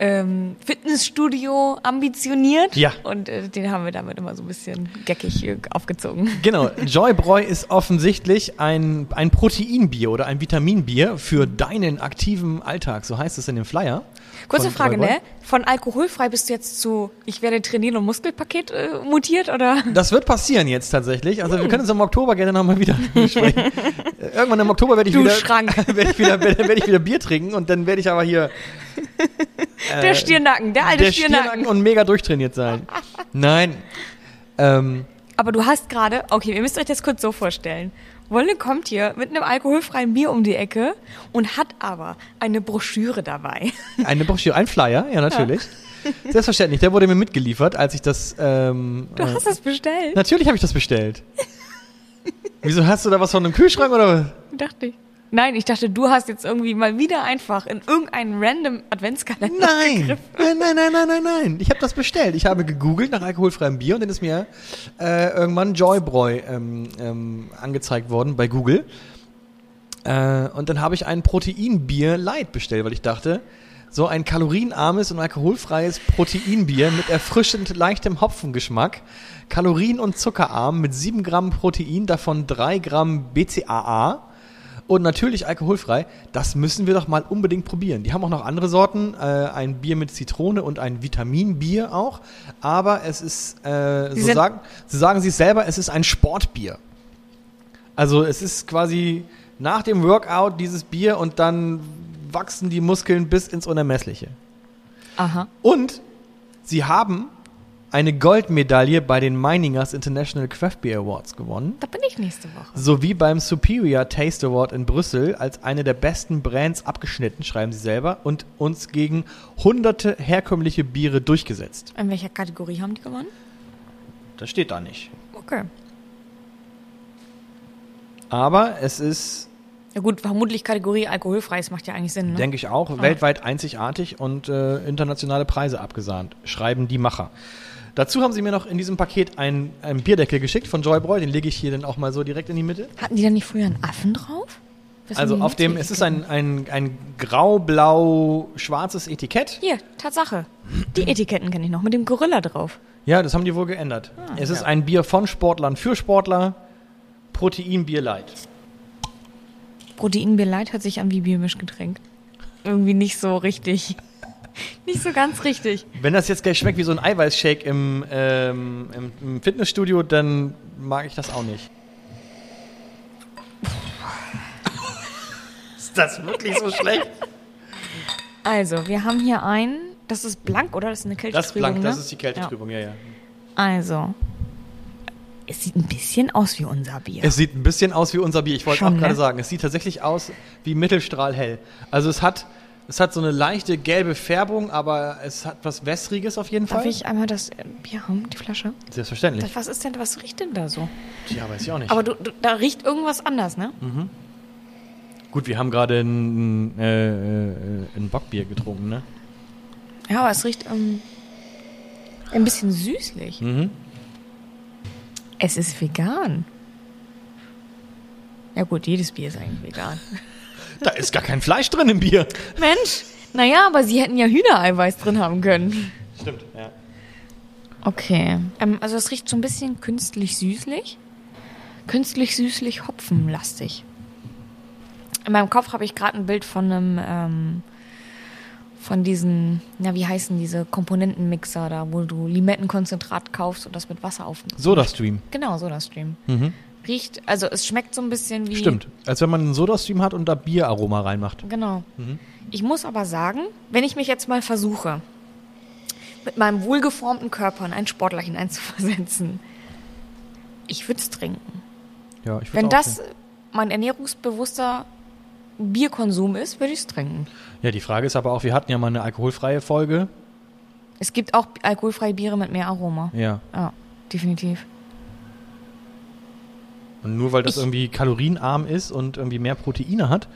ähm, Fitnessstudio ambitioniert.
Ja.
Und äh, den haben wir damit immer so ein bisschen geckig äh, aufgezogen.
Genau, Joybräu ist offensichtlich ein, ein Proteinbier oder ein Vitaminbier für deinen aktiven Alltag, so heißt es in dem Flyer.
Kurze
von
Frage,
Joybräu.
ne? Von alkoholfrei bist du jetzt zu, ich werde trainieren und Muskelpaket äh, mutiert oder?
Das wird passieren jetzt tatsächlich. Also wir können uns im Oktober gerne nochmal wieder sprechen. Äh, Irgendwann im Oktober werde ich,
Du
wieder-
Schrank.
werde ich, wieder- werde- werde ich wieder Bier trinken und dann werde ich aber hier
der Stirnacken, der alte
Äh, der
Stirnacken.
Stirnacken und mega durchtrainiert sein. Nein. Ähm,
Aber du hast gerade, okay, ihr müsst euch das kurz so vorstellen. Wolle kommt hier mit einem alkoholfreien Bier um die Ecke und hat aber eine Broschüre dabei.
eine Broschüre, ein Flyer, ja natürlich. Selbstverständlich, der wurde mir mitgeliefert, als ich das. Ähm,
Du hast das bestellt,
Natürlich habe ich das bestellt. Wieso hast du da was von einem Kühlschrank oder?
dachte ich. Nein, ich dachte, du hast jetzt irgendwie mal wieder einfach in irgendeinen random Adventskalender.
Nein, nein, nein, nein, nein, nein, nein. Ich habe das bestellt. Ich habe gegoogelt nach alkoholfreiem Bier und dann ist mir äh, irgendwann Joybräu ähm, ähm, angezeigt worden bei Google. Äh, und dann habe ich ein Proteinbier Light bestellt, weil ich dachte, so ein kalorienarmes und alkoholfreies Proteinbier mit erfrischend leichtem Hopfengeschmack, kalorien- und zuckerarm mit 7 Gramm Protein, davon 3 Gramm BCAA und natürlich alkoholfrei. Das müssen wir doch mal unbedingt probieren. Die haben auch noch andere Sorten, äh, ein Bier mit Zitrone und ein Vitaminbier auch, aber es ist, äh, so
sind-
sagen, so sagen sie es selber, es ist ein Sportbier. Also es ist quasi nach dem Workout dieses Bier und dann wachsen die Muskeln bis ins Unermessliche.
Aha.
Und sie haben eine Goldmedaille bei den Meiningers International Craft Beer Awards gewonnen,
Da bin ich nächste Woche.
sowie beim Superior Taste Award in Brüssel als eine der besten Brands abgeschnitten, schreiben sie selber, und uns gegen hunderte herkömmliche Biere durchgesetzt.
In welcher Kategorie haben die gewonnen?
Das steht da nicht.
Okay.
Aber es ist,
Ja gut, vermutlich Kategorie alkoholfreies macht ja eigentlich Sinn, ne?
denke ich auch, weltweit einzigartig und äh, internationale Preise abgesahnt, schreiben die Macher. Dazu haben sie mir noch in diesem Paket einen, einen Bierdeckel geschickt von Joy Breu, den lege ich hier dann auch mal so direkt in die Mitte.
Hatten die da nicht früher einen Affen drauf? Was haben
Also
die
auf
jetzt
dem,
wirklich
es ist ein, ein, ein grau-blau-schwarzes Etikett.
Hier, Tatsache. Die Etiketten kenne ich noch mit dem Gorilla drauf.
Ja, das haben die wohl geändert.
Ah,
es ist ein Bier von Sportlern für Sportler, Proteinbier light.
Proteinbier Light hört sich an wie Biermischgetränk. Irgendwie nicht so richtig. Nicht so ganz richtig.
Wenn das jetzt gleich schmeckt wie so ein Eiweißshake im, ähm, im, im Fitnessstudio, dann mag ich das auch nicht. ist das wirklich so schlecht?
Also, wir haben hier einen. Das ist blank, oder? Das ist eine Kältetrübung.
Das ist blank,
ne?
das ist die Kältetrübung, ja, ja.
Ja. Also. Es sieht ein bisschen aus wie unser Bier.
Es sieht ein bisschen aus wie unser Bier. Ich wollte auch
Schon,
gerade
ne?
sagen, es sieht tatsächlich aus wie mittelstrahlhell. Also es hat, es hat so eine leichte gelbe Färbung, aber es hat was Wässriges auf jeden
Darf
Fall.
ich einmal das äh, Bier haben, die Flasche?
Selbstverständlich.
Das, was ist denn, was riecht denn da so?
Ja, weiß ich auch nicht.
Aber du, du, da riecht irgendwas anders, ne?
Gut, wir haben gerade ein, äh, äh, ein Bockbier getrunken, ne?
Ja, aber es riecht ähm, ein bisschen süßlich. Es ist vegan. Ja gut, jedes Bier ist eigentlich vegan.
Da ist gar kein Fleisch drin im Bier.
Mensch, naja, aber sie hätten ja Hühnereiweiß drin haben können.
Stimmt, ja.
Okay. Ähm, also es riecht so ein bisschen künstlich süßlich. Künstlich süßlich hopfenlastig. In meinem Kopf habe ich gerade ein Bild von einem, ähm, von diesen, na wie heißen diese Komponentenmixer da, wo du Limettenkonzentrat kaufst und das mit Wasser auf.
Soda-Stream.
Genau, so das Stream. Riecht, also es schmeckt so ein bisschen wie.
Mhm. Stimmt. Als wenn man einen Soda-Stream hat und da Bieraroma reinmacht.
Genau. Ich muss aber sagen, wenn ich mich jetzt mal versuche, mit meinem wohlgeformten Körper in einen Sportler hineinzuversetzen, ich würde es trinken.
Ja, ich würd's
Wenn
auch
das
sehen.
mein ernährungsbewusster Bierkonsum ist, würde ich es trinken.
Ja, die Frage ist aber auch, wir hatten ja mal eine alkoholfreie Folge.
Es gibt auch alkoholfreie Biere mit mehr Aroma.
Ja.
Ja, definitiv.
Und nur weil das
Ich-
irgendwie kalorienarm ist und irgendwie mehr Proteine hat.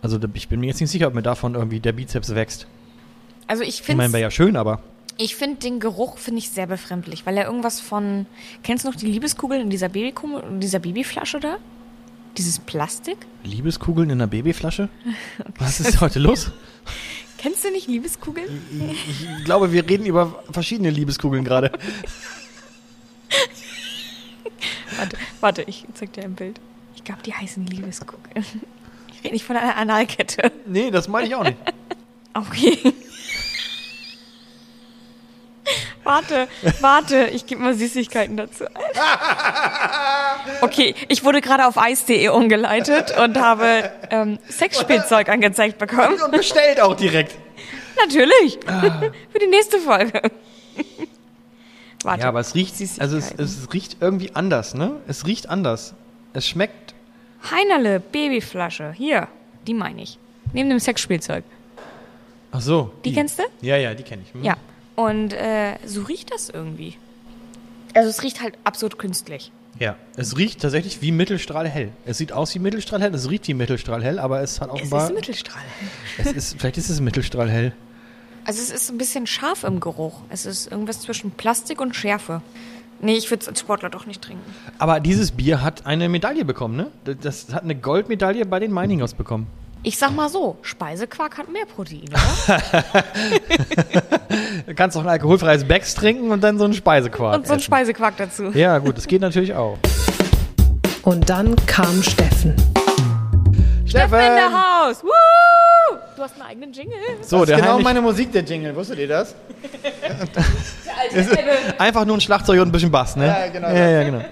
Also da- ich bin mir jetzt nicht sicher, ob mir davon irgendwie der Bizeps wächst.
Also ich
Ich
finde
meine, wäre ja schön, aber
Ich finde den Geruch finde ich sehr befremdlich, weil er irgendwas von kennst du noch die Liebeskugel in dieser Babykugel in dieser Babyflasche da? Dieses Plastik?
Liebeskugeln in einer Babyflasche? Was ist heute los?
Kennst du nicht Liebeskugeln?
Ich glaube, wir reden über verschiedene Liebeskugeln gerade.
Warte, warte, ich zeig dir ein Bild. Ich glaube, die heißen Liebeskugeln. Ich rede nicht von einer Analkette.
Nee, das meine ich auch nicht.
Okay. Warte, warte, ich gebe mal Süßigkeiten dazu. ein. Okay, ich wurde gerade auf eis.de umgeleitet und habe ähm, Sexspielzeug angezeigt bekommen.
Und bestellt auch direkt.
Natürlich. Für die nächste Folge. Warte.
Ja, aber es riecht, also es,
Süßigkeiten. es
es riecht irgendwie anders, ne? Es riecht anders. Es schmeckt.
Heinerle, Babyflasche. Hier, die meine ich. Neben dem Sexspielzeug.
Ach so.
Die kennst du?
Ja, ja, die kenne ich. Hm.
Ja. Und äh, so riecht das irgendwie. Also es riecht halt absolut künstlich.
ja. Es riecht tatsächlich wie Mittelstrahl hell. Es sieht aus wie Mittelstrahl hell, es riecht wie Mittelstrahl hell, aber es hat
Es
offenbar.
ist Mittelstrahl.
Es ist, vielleicht ist es Mittelstrahl hell.
Also es ist ein bisschen scharf im Geruch. Es ist irgendwas zwischen Plastik und Schärfe. Nee, ich würde es als Sportler doch nicht trinken.
Aber dieses Bier hat eine Medaille bekommen, ne? D- Das hat eine Goldmedaille bei den Meiningers bekommen.
Ich sag mal so, Speisequark hat mehr ne? Protein, oder?
Du kannst auch ein alkoholfreies Becks trinken und dann so einen Speisequark.
Und so ein
essen.
Speisequark dazu.
Ja, gut, das geht natürlich auch.
Und dann kam Steffen.
Steffen in der Haus! Woo! Du hast einen eigenen Jingle.
So, der
genau
Heinrich-
meine Musik, der Jingle. Wusstet ihr das?
Einfach nur ein Schlagzeug und ein bisschen Bass, ne?
Ja, genau
Ja, ja, genau.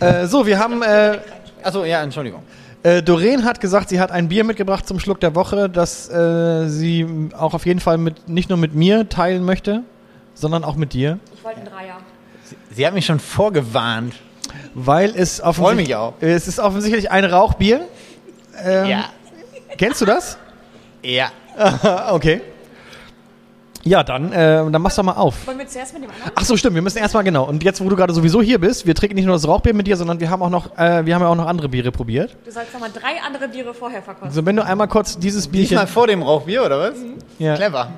äh, so, wir haben. Äh,
Achso, ja, Entschuldigung.
äh, Doreen hat gesagt, sie hat ein Bier mitgebracht zum Schluck der Woche, das äh, sie m- auch auf jeden Fall mit, nicht nur mit mir teilen möchte, sondern auch mit dir.
Ich wollte einen Dreier.
Sie hat mich schon vorgewarnt.
Weil es
Freu
offensichtlich.
mich auch.
Es ist offensichtlich ein Rauchbier. Ähm,
Ja.
Kennst du das?
Ja.
Ah, okay. Ja, dann, äh, dann mach's doch mal auf.
Wollen wir zuerst mit dem anderen?
Ach so, stimmt, wir müssen erstmal genau. Und jetzt, wo du gerade sowieso hier bist, wir trinken nicht nur das Rauchbier mit dir, sondern wir haben auch noch, äh, wir haben ja auch noch andere Biere probiert.
Du sollst nochmal drei andere Biere vorher verkosten.
Also wenn du einmal kurz dieses Bierchen.
Diesmal vor dem Rauchbier, oder was?
Mhm. Ja.
Clever.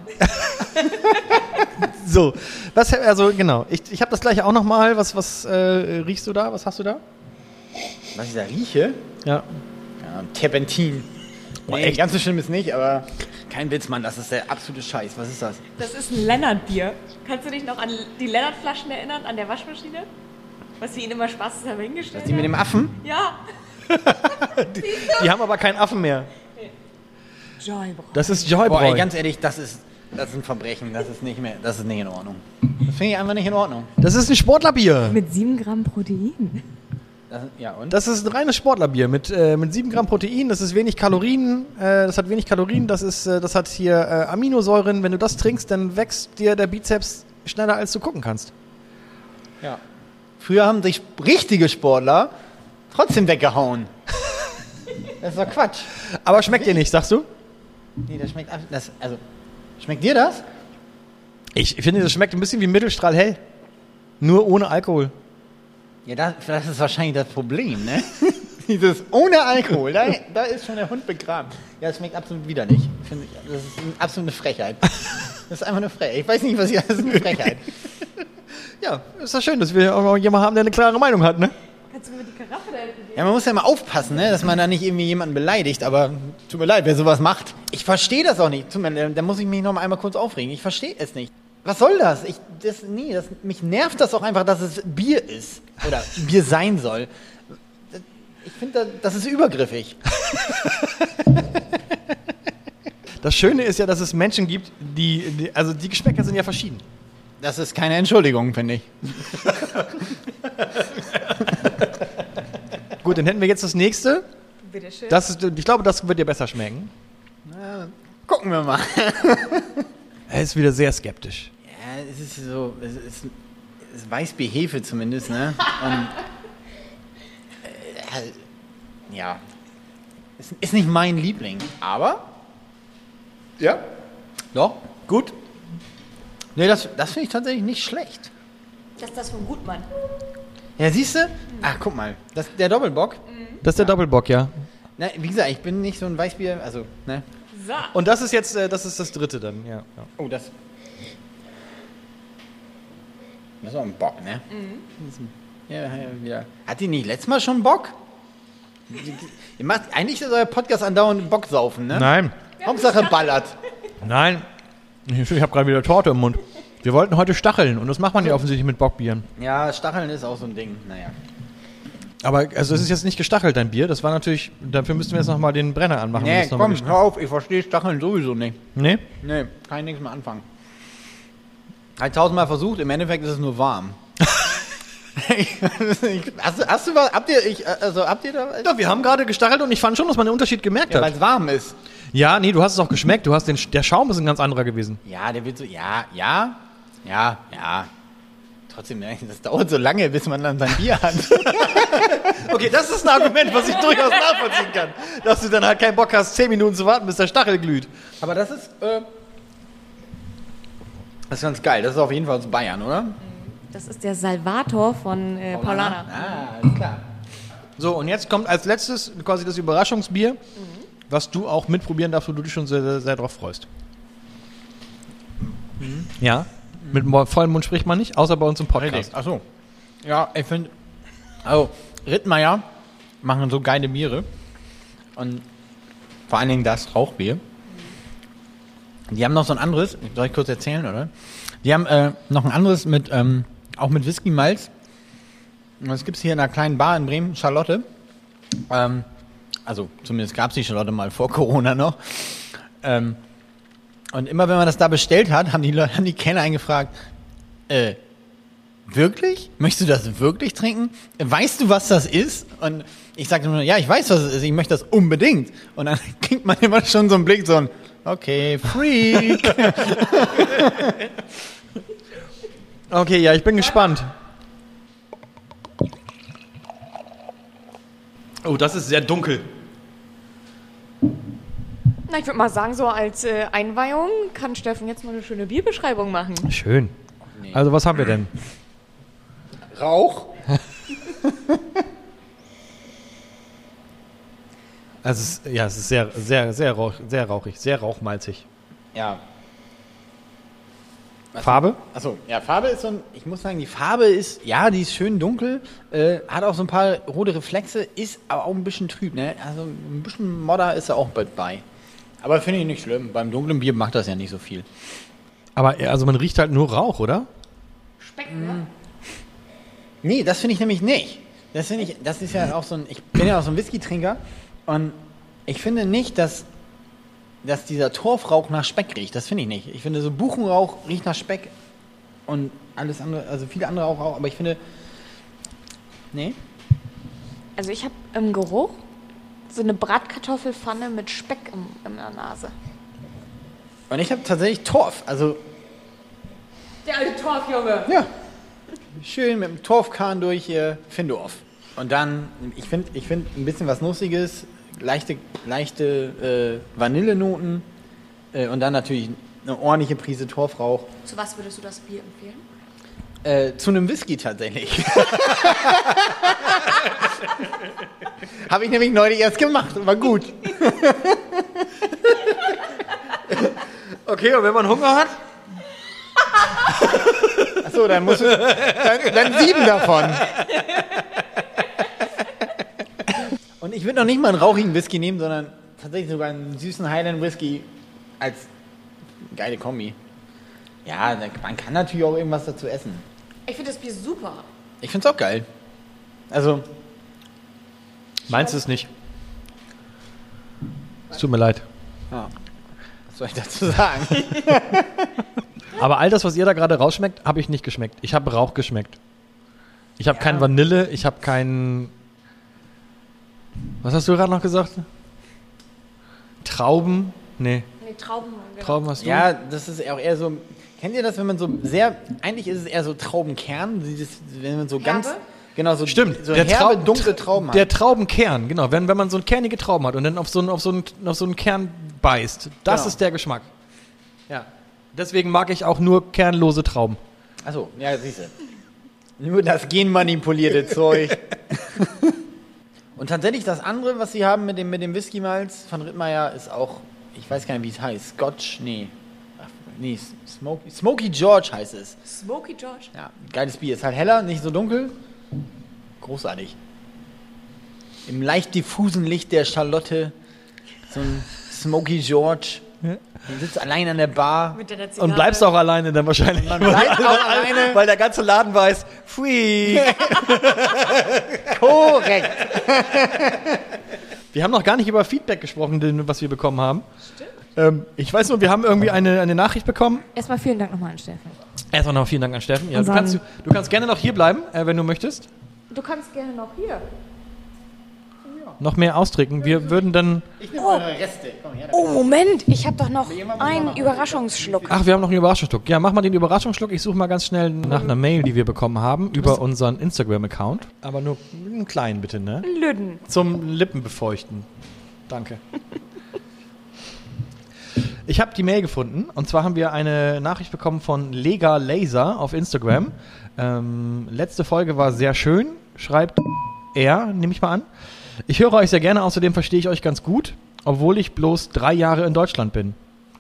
So, was, also genau. Ich, ich habe das gleiche auch nochmal. Was, was äh, riechst du da? Was hast du da?
Was ich da rieche?
Ja.
Ja, Terpentin.
Boah,
nee,
echt?
ganz so schlimm ist nicht, aber kein Witz, Mann. Das ist der absolute Scheiß. Was ist das?
Das ist ein Lennart-Bier. Kannst du dich noch an die Lennart-Flaschen erinnern, an der Waschmaschine? Was sie ihnen immer spaßeshalber hingestellt
Die mit dem Affen?
Ja.
Die haben aber keinen Affen mehr.
Joybra.
Das ist
Boah,
Joybräu.
ey, ganz ehrlich, das ist, das ist ein Verbrechen. Das ist nicht mehr, das ist nicht in Ordnung. Das finde ich einfach nicht in Ordnung.
das ist ein Sportlerbier.
Mit 7 Gramm Protein.
Das, ja, und?
Das ist ein reines Sportlerbier mit, äh, mit 7 Gramm Protein, das ist wenig Kalorien, äh, das hat wenig Kalorien, das, ist, äh, das hat hier äh, Aminosäuren. Wenn du das trinkst, dann wächst dir der Bizeps schneller, als du gucken kannst.
ja. Früher haben sich richtige Sportler trotzdem weggehauen. das ist doch Quatsch.
Aber schmeckt dir nicht, sagst du?
Nee, das schmeckt, ab- das, also, schmeckt dir das?
Ich finde, das schmeckt ein bisschen wie Mittelstrahl hell. Nur ohne Alkohol.
Ja, das, das ist wahrscheinlich das Problem, ne? Dieses ohne Alkohol, da, da ist schon der Hund begraben. Ja, das schmeckt absolut widerlich. Finde ich- Das ist eine absolute Frechheit. Das ist einfach eine Frechheit. Ich weiß nicht, was ich. Das ist eine Frechheit.
Ja, ist ja schön, dass wir auch jemanden haben, der eine klare Meinung hat, ne?
Kannst du mir die Karaffe da hinten geben?
Ja, man muss ja mal aufpassen, ne? dass man da nicht irgendwie jemanden beleidigt. Aber tut mir leid, wer sowas macht. Ich verstehe das auch nicht. Tut mir, leid, da muss ich mich noch einmal kurz aufregen. Ich verstehe es nicht. Was soll das? Ich, das nee, das, mich nervt das auch einfach, dass es Bier ist. Oder Bier sein soll. Ich finde, das- das ist übergriffig.
Das Schöne ist ja, dass es Menschen gibt, die, die also die Geschmäcker sind ja verschieden.
Das ist keine Entschuldigung, finde ich.
Gut, dann hätten wir jetzt das nächste.
Bitteschön.
Das ist, ich glaube, das wird dir besser schmecken.
Gucken wir mal.
Er ist wieder sehr skeptisch.
Ja, es ist so, es ist, es ist Weißbier-Hefe zumindest, ne? Und, äh, ja, es ist nicht mein Liebling, aber ja, doch, gut. Nee, das, das finde ich tatsächlich nicht schlecht.
Das ist das von Gutmann.
Ja, siehst du? Ach, guck mal, das, der Doppelbock.
Das ist der Doppelbock, ja.
Ne, wie gesagt, ich bin nicht so ein Weißbier, also, ne?
So.
Und das ist jetzt, äh, das ist das dritte dann, ja. ja.
Oh, das. Das ist auch ein Bock, ne?
Mhm.
Ja, ja, wieder. Hat die nicht letztes Mal schon Bock? Ihr macht, eigentlich ist euer Podcast andauernd Bock saufen, ne?
Nein,
Hauptsache ballert.
nein. Ich habe gerade wieder Torte im Mund. Wir wollten heute stacheln und das macht man ja offensichtlich mit Bockbieren.
Ja, Stacheln ist auch so ein Ding. Naja.
Aber also es ist jetzt nicht gestachelt, dein Bier. Das war natürlich, dafür müssten wir jetzt nochmal den Brenner anmachen. wenn
Nee,
das noch mal
komm,
gest-
hör auf, ich verstehe Stacheln sowieso nicht.
Nee?
Nee, kann ich nichts mehr anfangen. Hat tausendmal versucht, im Endeffekt ist es nur warm. hast, du- hast du was? Habt ihr, ich, also habt ihr da?
Doch, wir haben gerade gestachelt und ich fand schon, dass man den Unterschied gemerkt
Ja, weil
hat.
es warm ist.
Ja, nee, du hast es auch geschmeckt. Du hast den, der Schaum ist ein ganz anderer gewesen.
Ja, der wird so, ja, ja, ja, ja. Trotzdem, nein, das dauert so lange, bis man dann sein Bier hat.
Okay, das ist ein Argument, was ich durchaus nachvollziehen kann. Dass du dann halt keinen Bock hast, 10 Minuten zu warten, bis der Stachel glüht.
Aber das ist, äh, das ist ganz geil. Das ist auf jeden Fall aus Bayern, oder?
Das ist der Salvator von äh, Paulana.
Ah, alles klar.
So, und jetzt kommt als letztes quasi das Überraschungsbier, was du auch mitprobieren darfst, wo du dich schon sehr, sehr, sehr drauf freust. Ja, mit mo- vollem Mund spricht man nicht, außer bei uns im Podcast.
Ach so. Ja, ich finde, also Rittmeier machen so geile Biere. Und vor allen Dingen das Rauchbier. Die haben noch so ein anderes, soll ich kurz erzählen, oder? Die haben äh, noch ein anderes mit, ähm, auch mit Whisky-Malz. Und Das gibt es hier in einer kleinen Bar in Bremen, Charlotte. Ähm, also zumindest gab es die Charlotte mal vor Corona noch. Ähm, und immer wenn man das da bestellt hat, haben die, Leute, haben die Kellner eingefragt, äh, wirklich? Möchtest du das wirklich trinken? Weißt du, was das ist? Und ich sagte nur, ja, ich weiß, was es ist, ich möchte das unbedingt. Und dann kriegt man immer schon so einen Blick, so ein, okay, Freak.
Okay, ja, ich bin gespannt. Oh, das ist sehr dunkel.
Na, ich würde mal sagen, so als äh, Einweihung kann Steffen jetzt mal eine schöne Bierbeschreibung machen.
Schön. Also, was haben wir denn?
Rauch?
Also, es ist, ja, es ist sehr, sehr, sehr, rauch, sehr rauchig, sehr rauchmalzig.
Ja.
Farbe?
Achso, ja, Farbe ist so ein, ich muss sagen, die Farbe ist, ja, die ist schön dunkel, äh, hat auch so ein paar rote Reflexe, ist aber auch ein bisschen trüb, ne? Also ein bisschen Modder ist er auch bald bei. Aber finde ich nicht schlimm. Beim dunklen Bier macht das ja nicht so viel.
Aber äh, also man riecht halt nur Rauch, oder?
ne?
Nee, das finde ich nämlich nicht. Das finde ich, das ist ja auch so ein, ich bin ja auch so ein Whisky-Trinker und ich finde nicht, dass, dass dieser Torfrauch nach Speck riecht. Das finde ich nicht. Ich finde, so Buchenrauch riecht nach Speck und alles andere, also viele andere auch, auch aber ich finde, nee.
Also ich habe im Geruch so eine Bratkartoffelpfanne mit Speck im, in der Nase.
Und ich habe tatsächlich Torf, also,
Der alte Torfjunge.
ja, schön mit dem Torfkahn durch äh, Findorf. Und dann, ich finde, ich finde ein bisschen was Nussiges, leichte, leichte äh, Vanillenoten äh, und dann natürlich eine ordentliche Prise Torfrauch.
Zu was würdest du das Bier empfehlen?
Äh, zu einem Whisky tatsächlich. Habe ich nämlich neulich erst gemacht, war gut.
Okay, und wenn man Hunger hat?
Achso, dann musst du dann, dann sieben davon. Und ich würde noch nicht mal einen rauchigen Whisky nehmen, sondern tatsächlich sogar einen süßen Highland Whisky als geile Kombi. Ja, da- man kann natürlich auch irgendwas dazu essen.
Ich finde das Bier super.
Ich find's auch geil. Also,
Meinst du es nicht? Es tut mir leid.
was soll ich dazu sagen?
Aber all das, was ihr da gerade rausschmeckt, habe ich nicht geschmeckt. Ich habe Rauch geschmeckt. Ich habe kein Vanille, ich habe kein. Was hast du gerade noch gesagt? Trauben? Nee,
Nee, Trauben. Genau.
Trauben hast du.
Ja, das ist auch eher so. Kennt ihr das, wenn man so sehr. Eigentlich ist es eher so Traubenkern, dieses, wenn man so ganz.
Herbe?
Genau, so,
Stimmt,
so herbe,
Traub-
dunkle Trauben halt.
Der Traubenkern, genau. Wenn, wenn man so einen kernige Trauben hat und dann auf so einen, auf so einen, auf so einen Kern beißt, das
Genau.
ist der Geschmack. Ja. Deswegen mag ich auch nur kernlose Trauben.
Achso, ja, siehst du. Nur das genmanipulierte Zeug. Und tatsächlich das andere, was sie haben mit dem, mit dem Whisky-Malz von Rittmeier, ist auch, ich weiß gar nicht, wie es heißt. Scotch, nee. Ach, nee, Smoky, Smoky George heißt es.
Smoky George.
Ja, geiles Bier. Ist halt heller, nicht so dunkel. Großartig. Im leicht diffusen Licht der Charlotte, so ein Smoky George. Man sitzt allein an der Bar.
Mit der Zigarre.
Und bleibst auch alleine dann wahrscheinlich.
Man bleibt auch alleine.
Weil der ganze Laden weiß, pfui.
Korrekt.
Wir haben noch gar nicht über Feedback gesprochen, den- was wir bekommen haben. Ähm, ich weiß nur, wir haben irgendwie eine, eine Nachricht bekommen.
Erstmal vielen Dank nochmal an Steffen.
Erstmal noch vielen Dank an Steffen. Ja, du,
Unseren-
kannst, du kannst gerne noch hier bleiben, äh, wenn du möchtest.
Du kannst gerne noch hier.
Noch mehr austrinken. Wir würden dann.
Ich nehme eure Reste. Komm her.
Oh, Moment, ich habe doch noch einen Überraschungsschluck.
Ach, wir haben noch einen Überraschungsschluck. Ja, mach mal den Überraschungsschluck. Ich suche mal ganz schnell nach einer Mail, die wir bekommen haben über unseren Instagram-Account. Aber nur einen kleinen bitte, ne?
Lüden.
Zum Lippenbefeuchten. Danke. Ich habe die Mail gefunden und zwar haben wir eine Nachricht bekommen von Lega Laser auf Instagram. Ähm, letzte Folge war sehr schön, schreibt er, nehme ich mal an. Ich höre euch sehr gerne, außerdem verstehe ich euch ganz gut, obwohl ich bloß drei Jahre in Deutschland bin.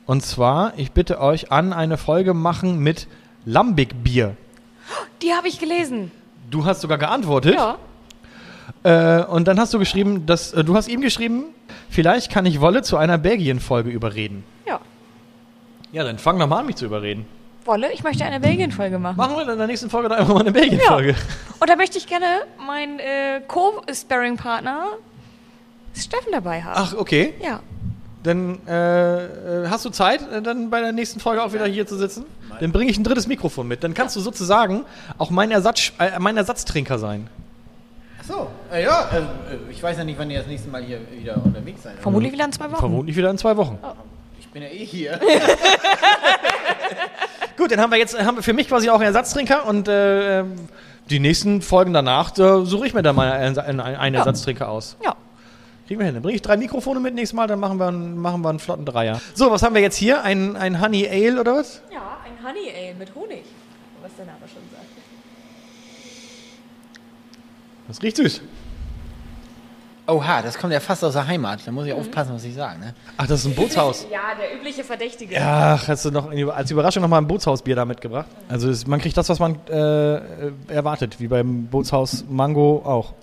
Und zwar, ich bitte euch an, eine Folge machen mit Lambic-Bier.
Die habe ich gelesen.
Du hast sogar geantwortet.
Ja.
Äh, und dann hast du geschrieben, dass äh, du hast ihm geschrieben, vielleicht kann ich Wolle zu einer Belgien-Folge überreden.
Ja.
Ja, dann fang doch mal an, mich zu überreden.
Wolle, ich möchte eine Belgien-Folge machen.
Machen wir in der nächsten Folge dann einfach mal eine Belgien-Folge.
Und da möchte ich gerne meinen äh, Co-Sparring-Partner Steffen dabei haben.
Ach, okay.
Ja.
Dann äh, äh, hast du Zeit, äh, dann bei der nächsten Folge auch wieder hier zu sitzen. Dann bringe ich ein drittes Mikrofon mit. Dann kannst du sozusagen auch mein, Ersatz, äh, mein Ersatztrinker sein.
Achso, äh, ja, äh, ich weiß ja nicht, wann ihr das nächste Mal hier wieder unterwegs seid.
Vermutlich wieder in zwei Wochen.
Vermutlich wieder in zwei Wochen.
Ich bin ja eh hier.
Gut, dann haben wir jetzt äh, haben wir für mich quasi auch einen Ersatztrinker und äh, ähm, die nächsten Folgen danach da suche ich mir dann mal einen, einen, einen
Ja.
Ersatztrinker aus.
Ja.
Kriegen wir hin. Dann bringe ich drei Mikrofone mit nächstes Mal, dann machen wir, einen- machen wir einen flotten Dreier. So, was haben wir jetzt hier? Ein, ein Honey Ale oder was?
Ja, ein Honey Ale mit Honig, was der Name schon sagt.
Das riecht süß.
Oha, das kommt ja fast aus der Heimat. Da muss ich aufpassen, was ich sage. Ne?
Ach, das ist ein Bootshaus.
Ja, der übliche Verdächtige.
Ach, hast du noch eine- als Überraschung nochmal ein Bootshausbier da mitgebracht? Also es, man kriegt das, was man äh, äh, erwartet, wie beim Bootshaus Mango auch.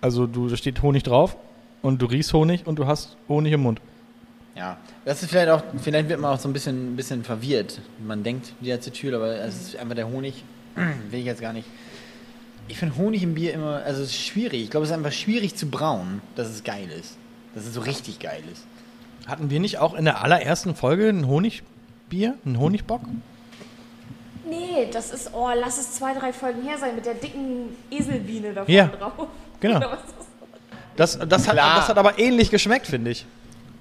Also du, da steht Honig drauf und du riechst Honig und du hast Honig im Mund.
Ja, das ist vielleicht auch, vielleicht wird man auch so ein bisschen, ein bisschen verwirrt. Man denkt, die hat Tür, aber es ist einfach der Honig. Will ich jetzt gar nicht. Ich finde Honig im Bier immer, also es ist schwierig. Ich glaube, es ist einfach schwierig zu brauen, dass es geil ist. Dass es so richtig geil ist.
Hatten wir nicht auch in der allerersten Folge ein Honigbier, einen Honigbock?
Nee, das ist, oh, lass es zwei, drei Folgen her sein mit der dicken Eselbiene da vorne
Ja,
drauf.
genau.
Oder was ist das?
Das, das, hat,
Klar.
das hat aber ähnlich geschmeckt, finde ich.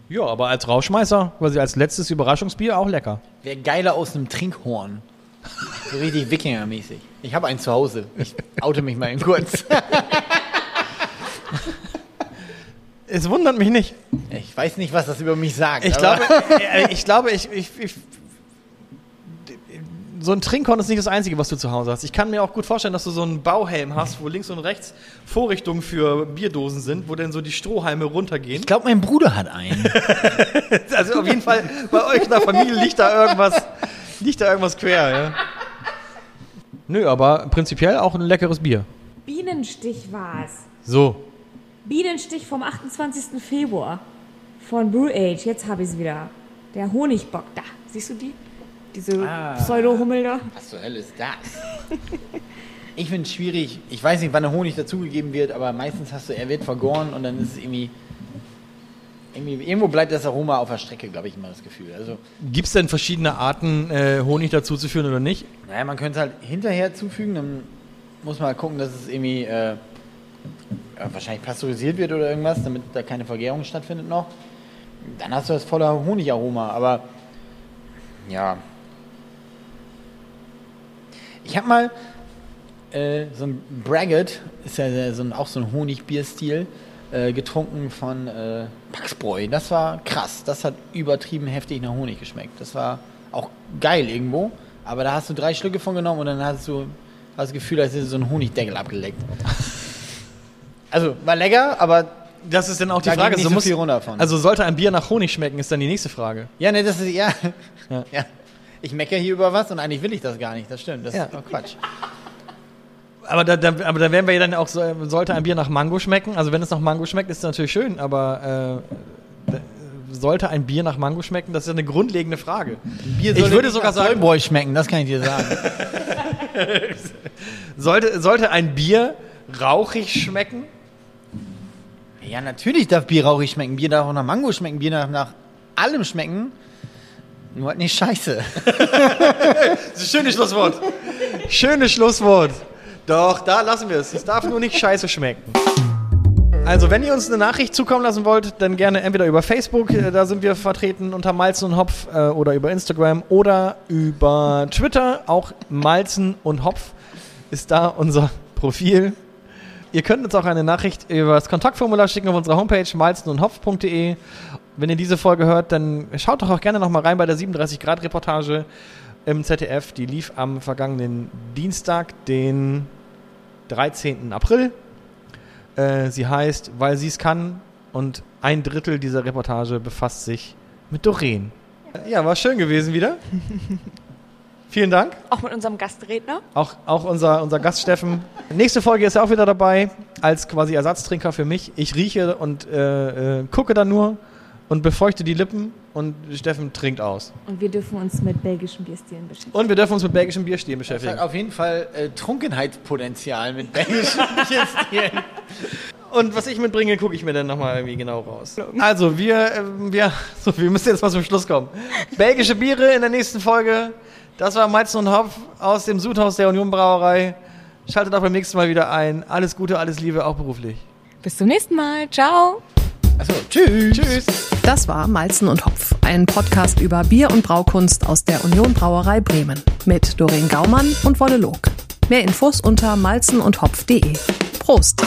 Ja, aber als Rauschmeißer, weil sie als letztes Überraschungsbier auch lecker.
Wäre geiler aus einem Trinkhorn. So richtig Wikinger-mäßig. Ich habe einen zu Hause. Ich oute mich mal eben kurz.
Es wundert mich nicht.
Ich weiß nicht, was das über mich sagt.
Ich
aber-
glaube, äh, ich glaube, ich, ich, ich so ein Trinkhorn ist nicht das Einzige, was du zu Hause hast. Ich kann mir auch gut vorstellen, dass du so einen Bauhelm hast, wo links und rechts Vorrichtungen für Bierdosen sind, wo dann so die Strohhalme runtergehen.
Ich glaube, mein Bruder hat einen.
Also auf jeden Fall bei euch in der Familie liegt da irgendwas, liegt da irgendwas quer, ja. Nö, aber prinzipiell auch ein leckeres Bier.
Bienenstich war's.
So.
Bienenstich vom 28. Februar von Brew Age. Jetzt habe ich es wieder. Der Honigbock da. Siehst du die? Diese
Ah.
Pseudo-Hummel da?
Was zur Hölle ist das? Ich finde es schwierig. Ich weiß nicht, wann der Honig dazugegeben wird, aber meistens hast du, er wird vergoren und dann ist es irgendwie. irgendwie irgendwo bleibt das Aroma auf der Strecke, glaube ich, immer das Gefühl. Also,
Gibt es denn verschiedene Arten, äh, Honig dazuzuführen oder nicht?
naja, man könnte es halt hinterher zufügen, dann muss man halt gucken, dass es irgendwie äh, äh, wahrscheinlich pasteurisiert wird oder irgendwas, damit da keine Vergärung stattfindet noch. Dann hast du das voller Honigaroma, aber ja. Ich habe mal äh, so ein Braggot, ist ja äh, so ein, auch so ein Honigbierstil, äh, getrunken von äh, Paxbräu. Das war krass. Das hat übertrieben heftig nach Honig geschmeckt. Das war auch geil irgendwo. Aber da hast du drei Schlücke von genommen und dann hast du hast das Gefühl, als hättest du so einen Honigdeckel abgeleckt. Also, war lecker, aber
Das ist dann auch die
Da ging
Frage.
nicht
so
so
muss-
viel runter von.
Also sollte ein Bier nach Honig schmecken, ist dann die nächste Frage.
Ja, ne, das ist, ja.
Ja.
ja. Ich meckere hier über was und eigentlich will ich das gar nicht, das stimmt. Das
Ja.
ist doch Quatsch.
Aber da, da, aber da wären wir ja dann auch so, äh, sollte ein Bier nach Mango schmecken? Also wenn es nach Mango schmeckt, ist es natürlich schön, aber äh, da- sollte ein Bier nach Mango schmecken? Das ist ja eine grundlegende Frage.
Bier
Ich
soll
würde
nicht
sogar
nach
sagen-
Soulboy schmecken, das kann ich dir sagen.
Sollte, sollte ein Bier rauchig schmecken?
ja, natürlich darf Bier rauchig schmecken. Bier darf auch nach Mango schmecken, Bier darf nach allem schmecken. Nur halt nicht scheiße.
Das ist ein schönes Schlusswort. Schönes Schlusswort. Doch, da lassen wir es. Es darf nur nicht scheiße schmecken. Also, wenn ihr uns eine Nachricht zukommen lassen wollt, dann gerne entweder über Facebook, äh, da sind wir vertreten unter Malzen und Hopf, äh, oder über Instagram oder über Twitter. Auch Malzen und Hopf ist da unser Profil. Ihr könnt uns auch eine Nachricht über das Kontaktformular schicken auf unserer Homepage malzenundhopf.de. Wenn ihr diese Folge hört, dann schaut doch auch gerne nochmal rein bei der 37-Grad-Reportage im ZDF. Die lief am vergangenen Dienstag, den 13. April. Äh, sie heißt, weil sie es kann. Und ein Drittel dieser Reportage befasst sich mit Doreen. Ja, war schön gewesen wieder. Vielen Dank.
Auch mit unserem Gastredner.
Auch, auch unser, unser Gast Steffen. Nächste Folge ist er auch wieder dabei, als quasi Ersatztrinker für mich. Ich rieche und äh, äh, gucke da nur und befeuchte die Lippen und Steffen trinkt aus.
Und wir dürfen uns mit belgischen Bierstilen beschäftigen.
Und wir dürfen uns mit belgischen Bierstilen
Das hat
beschäftigen.
auf jeden Fall äh, Trunkenheitspotenzial mit belgischen Bierstilen.
Und was ich mitbringe, gucke ich mir dann nochmal irgendwie genau raus. Also, wir, ähm, wir, so, wir müssen jetzt mal zum Schluss kommen. Belgische Biere in der nächsten Folge. Das war Meizen und Hopf aus dem Sudhaus der Union Brauerei. Schaltet auch beim nächsten Mal wieder ein. Alles Gute, alles Liebe, auch beruflich.
Bis zum nächsten Mal. Ciao.
Achso, tschüss.
Tschüss.
Das war Malzen und Hopf, ein Podcast über Bier und Braukunst aus der Union Brauerei Bremen mit Doreen Gaumann und Wolle Loog. Mehr Infos unter malzenundhopf.de. Prost!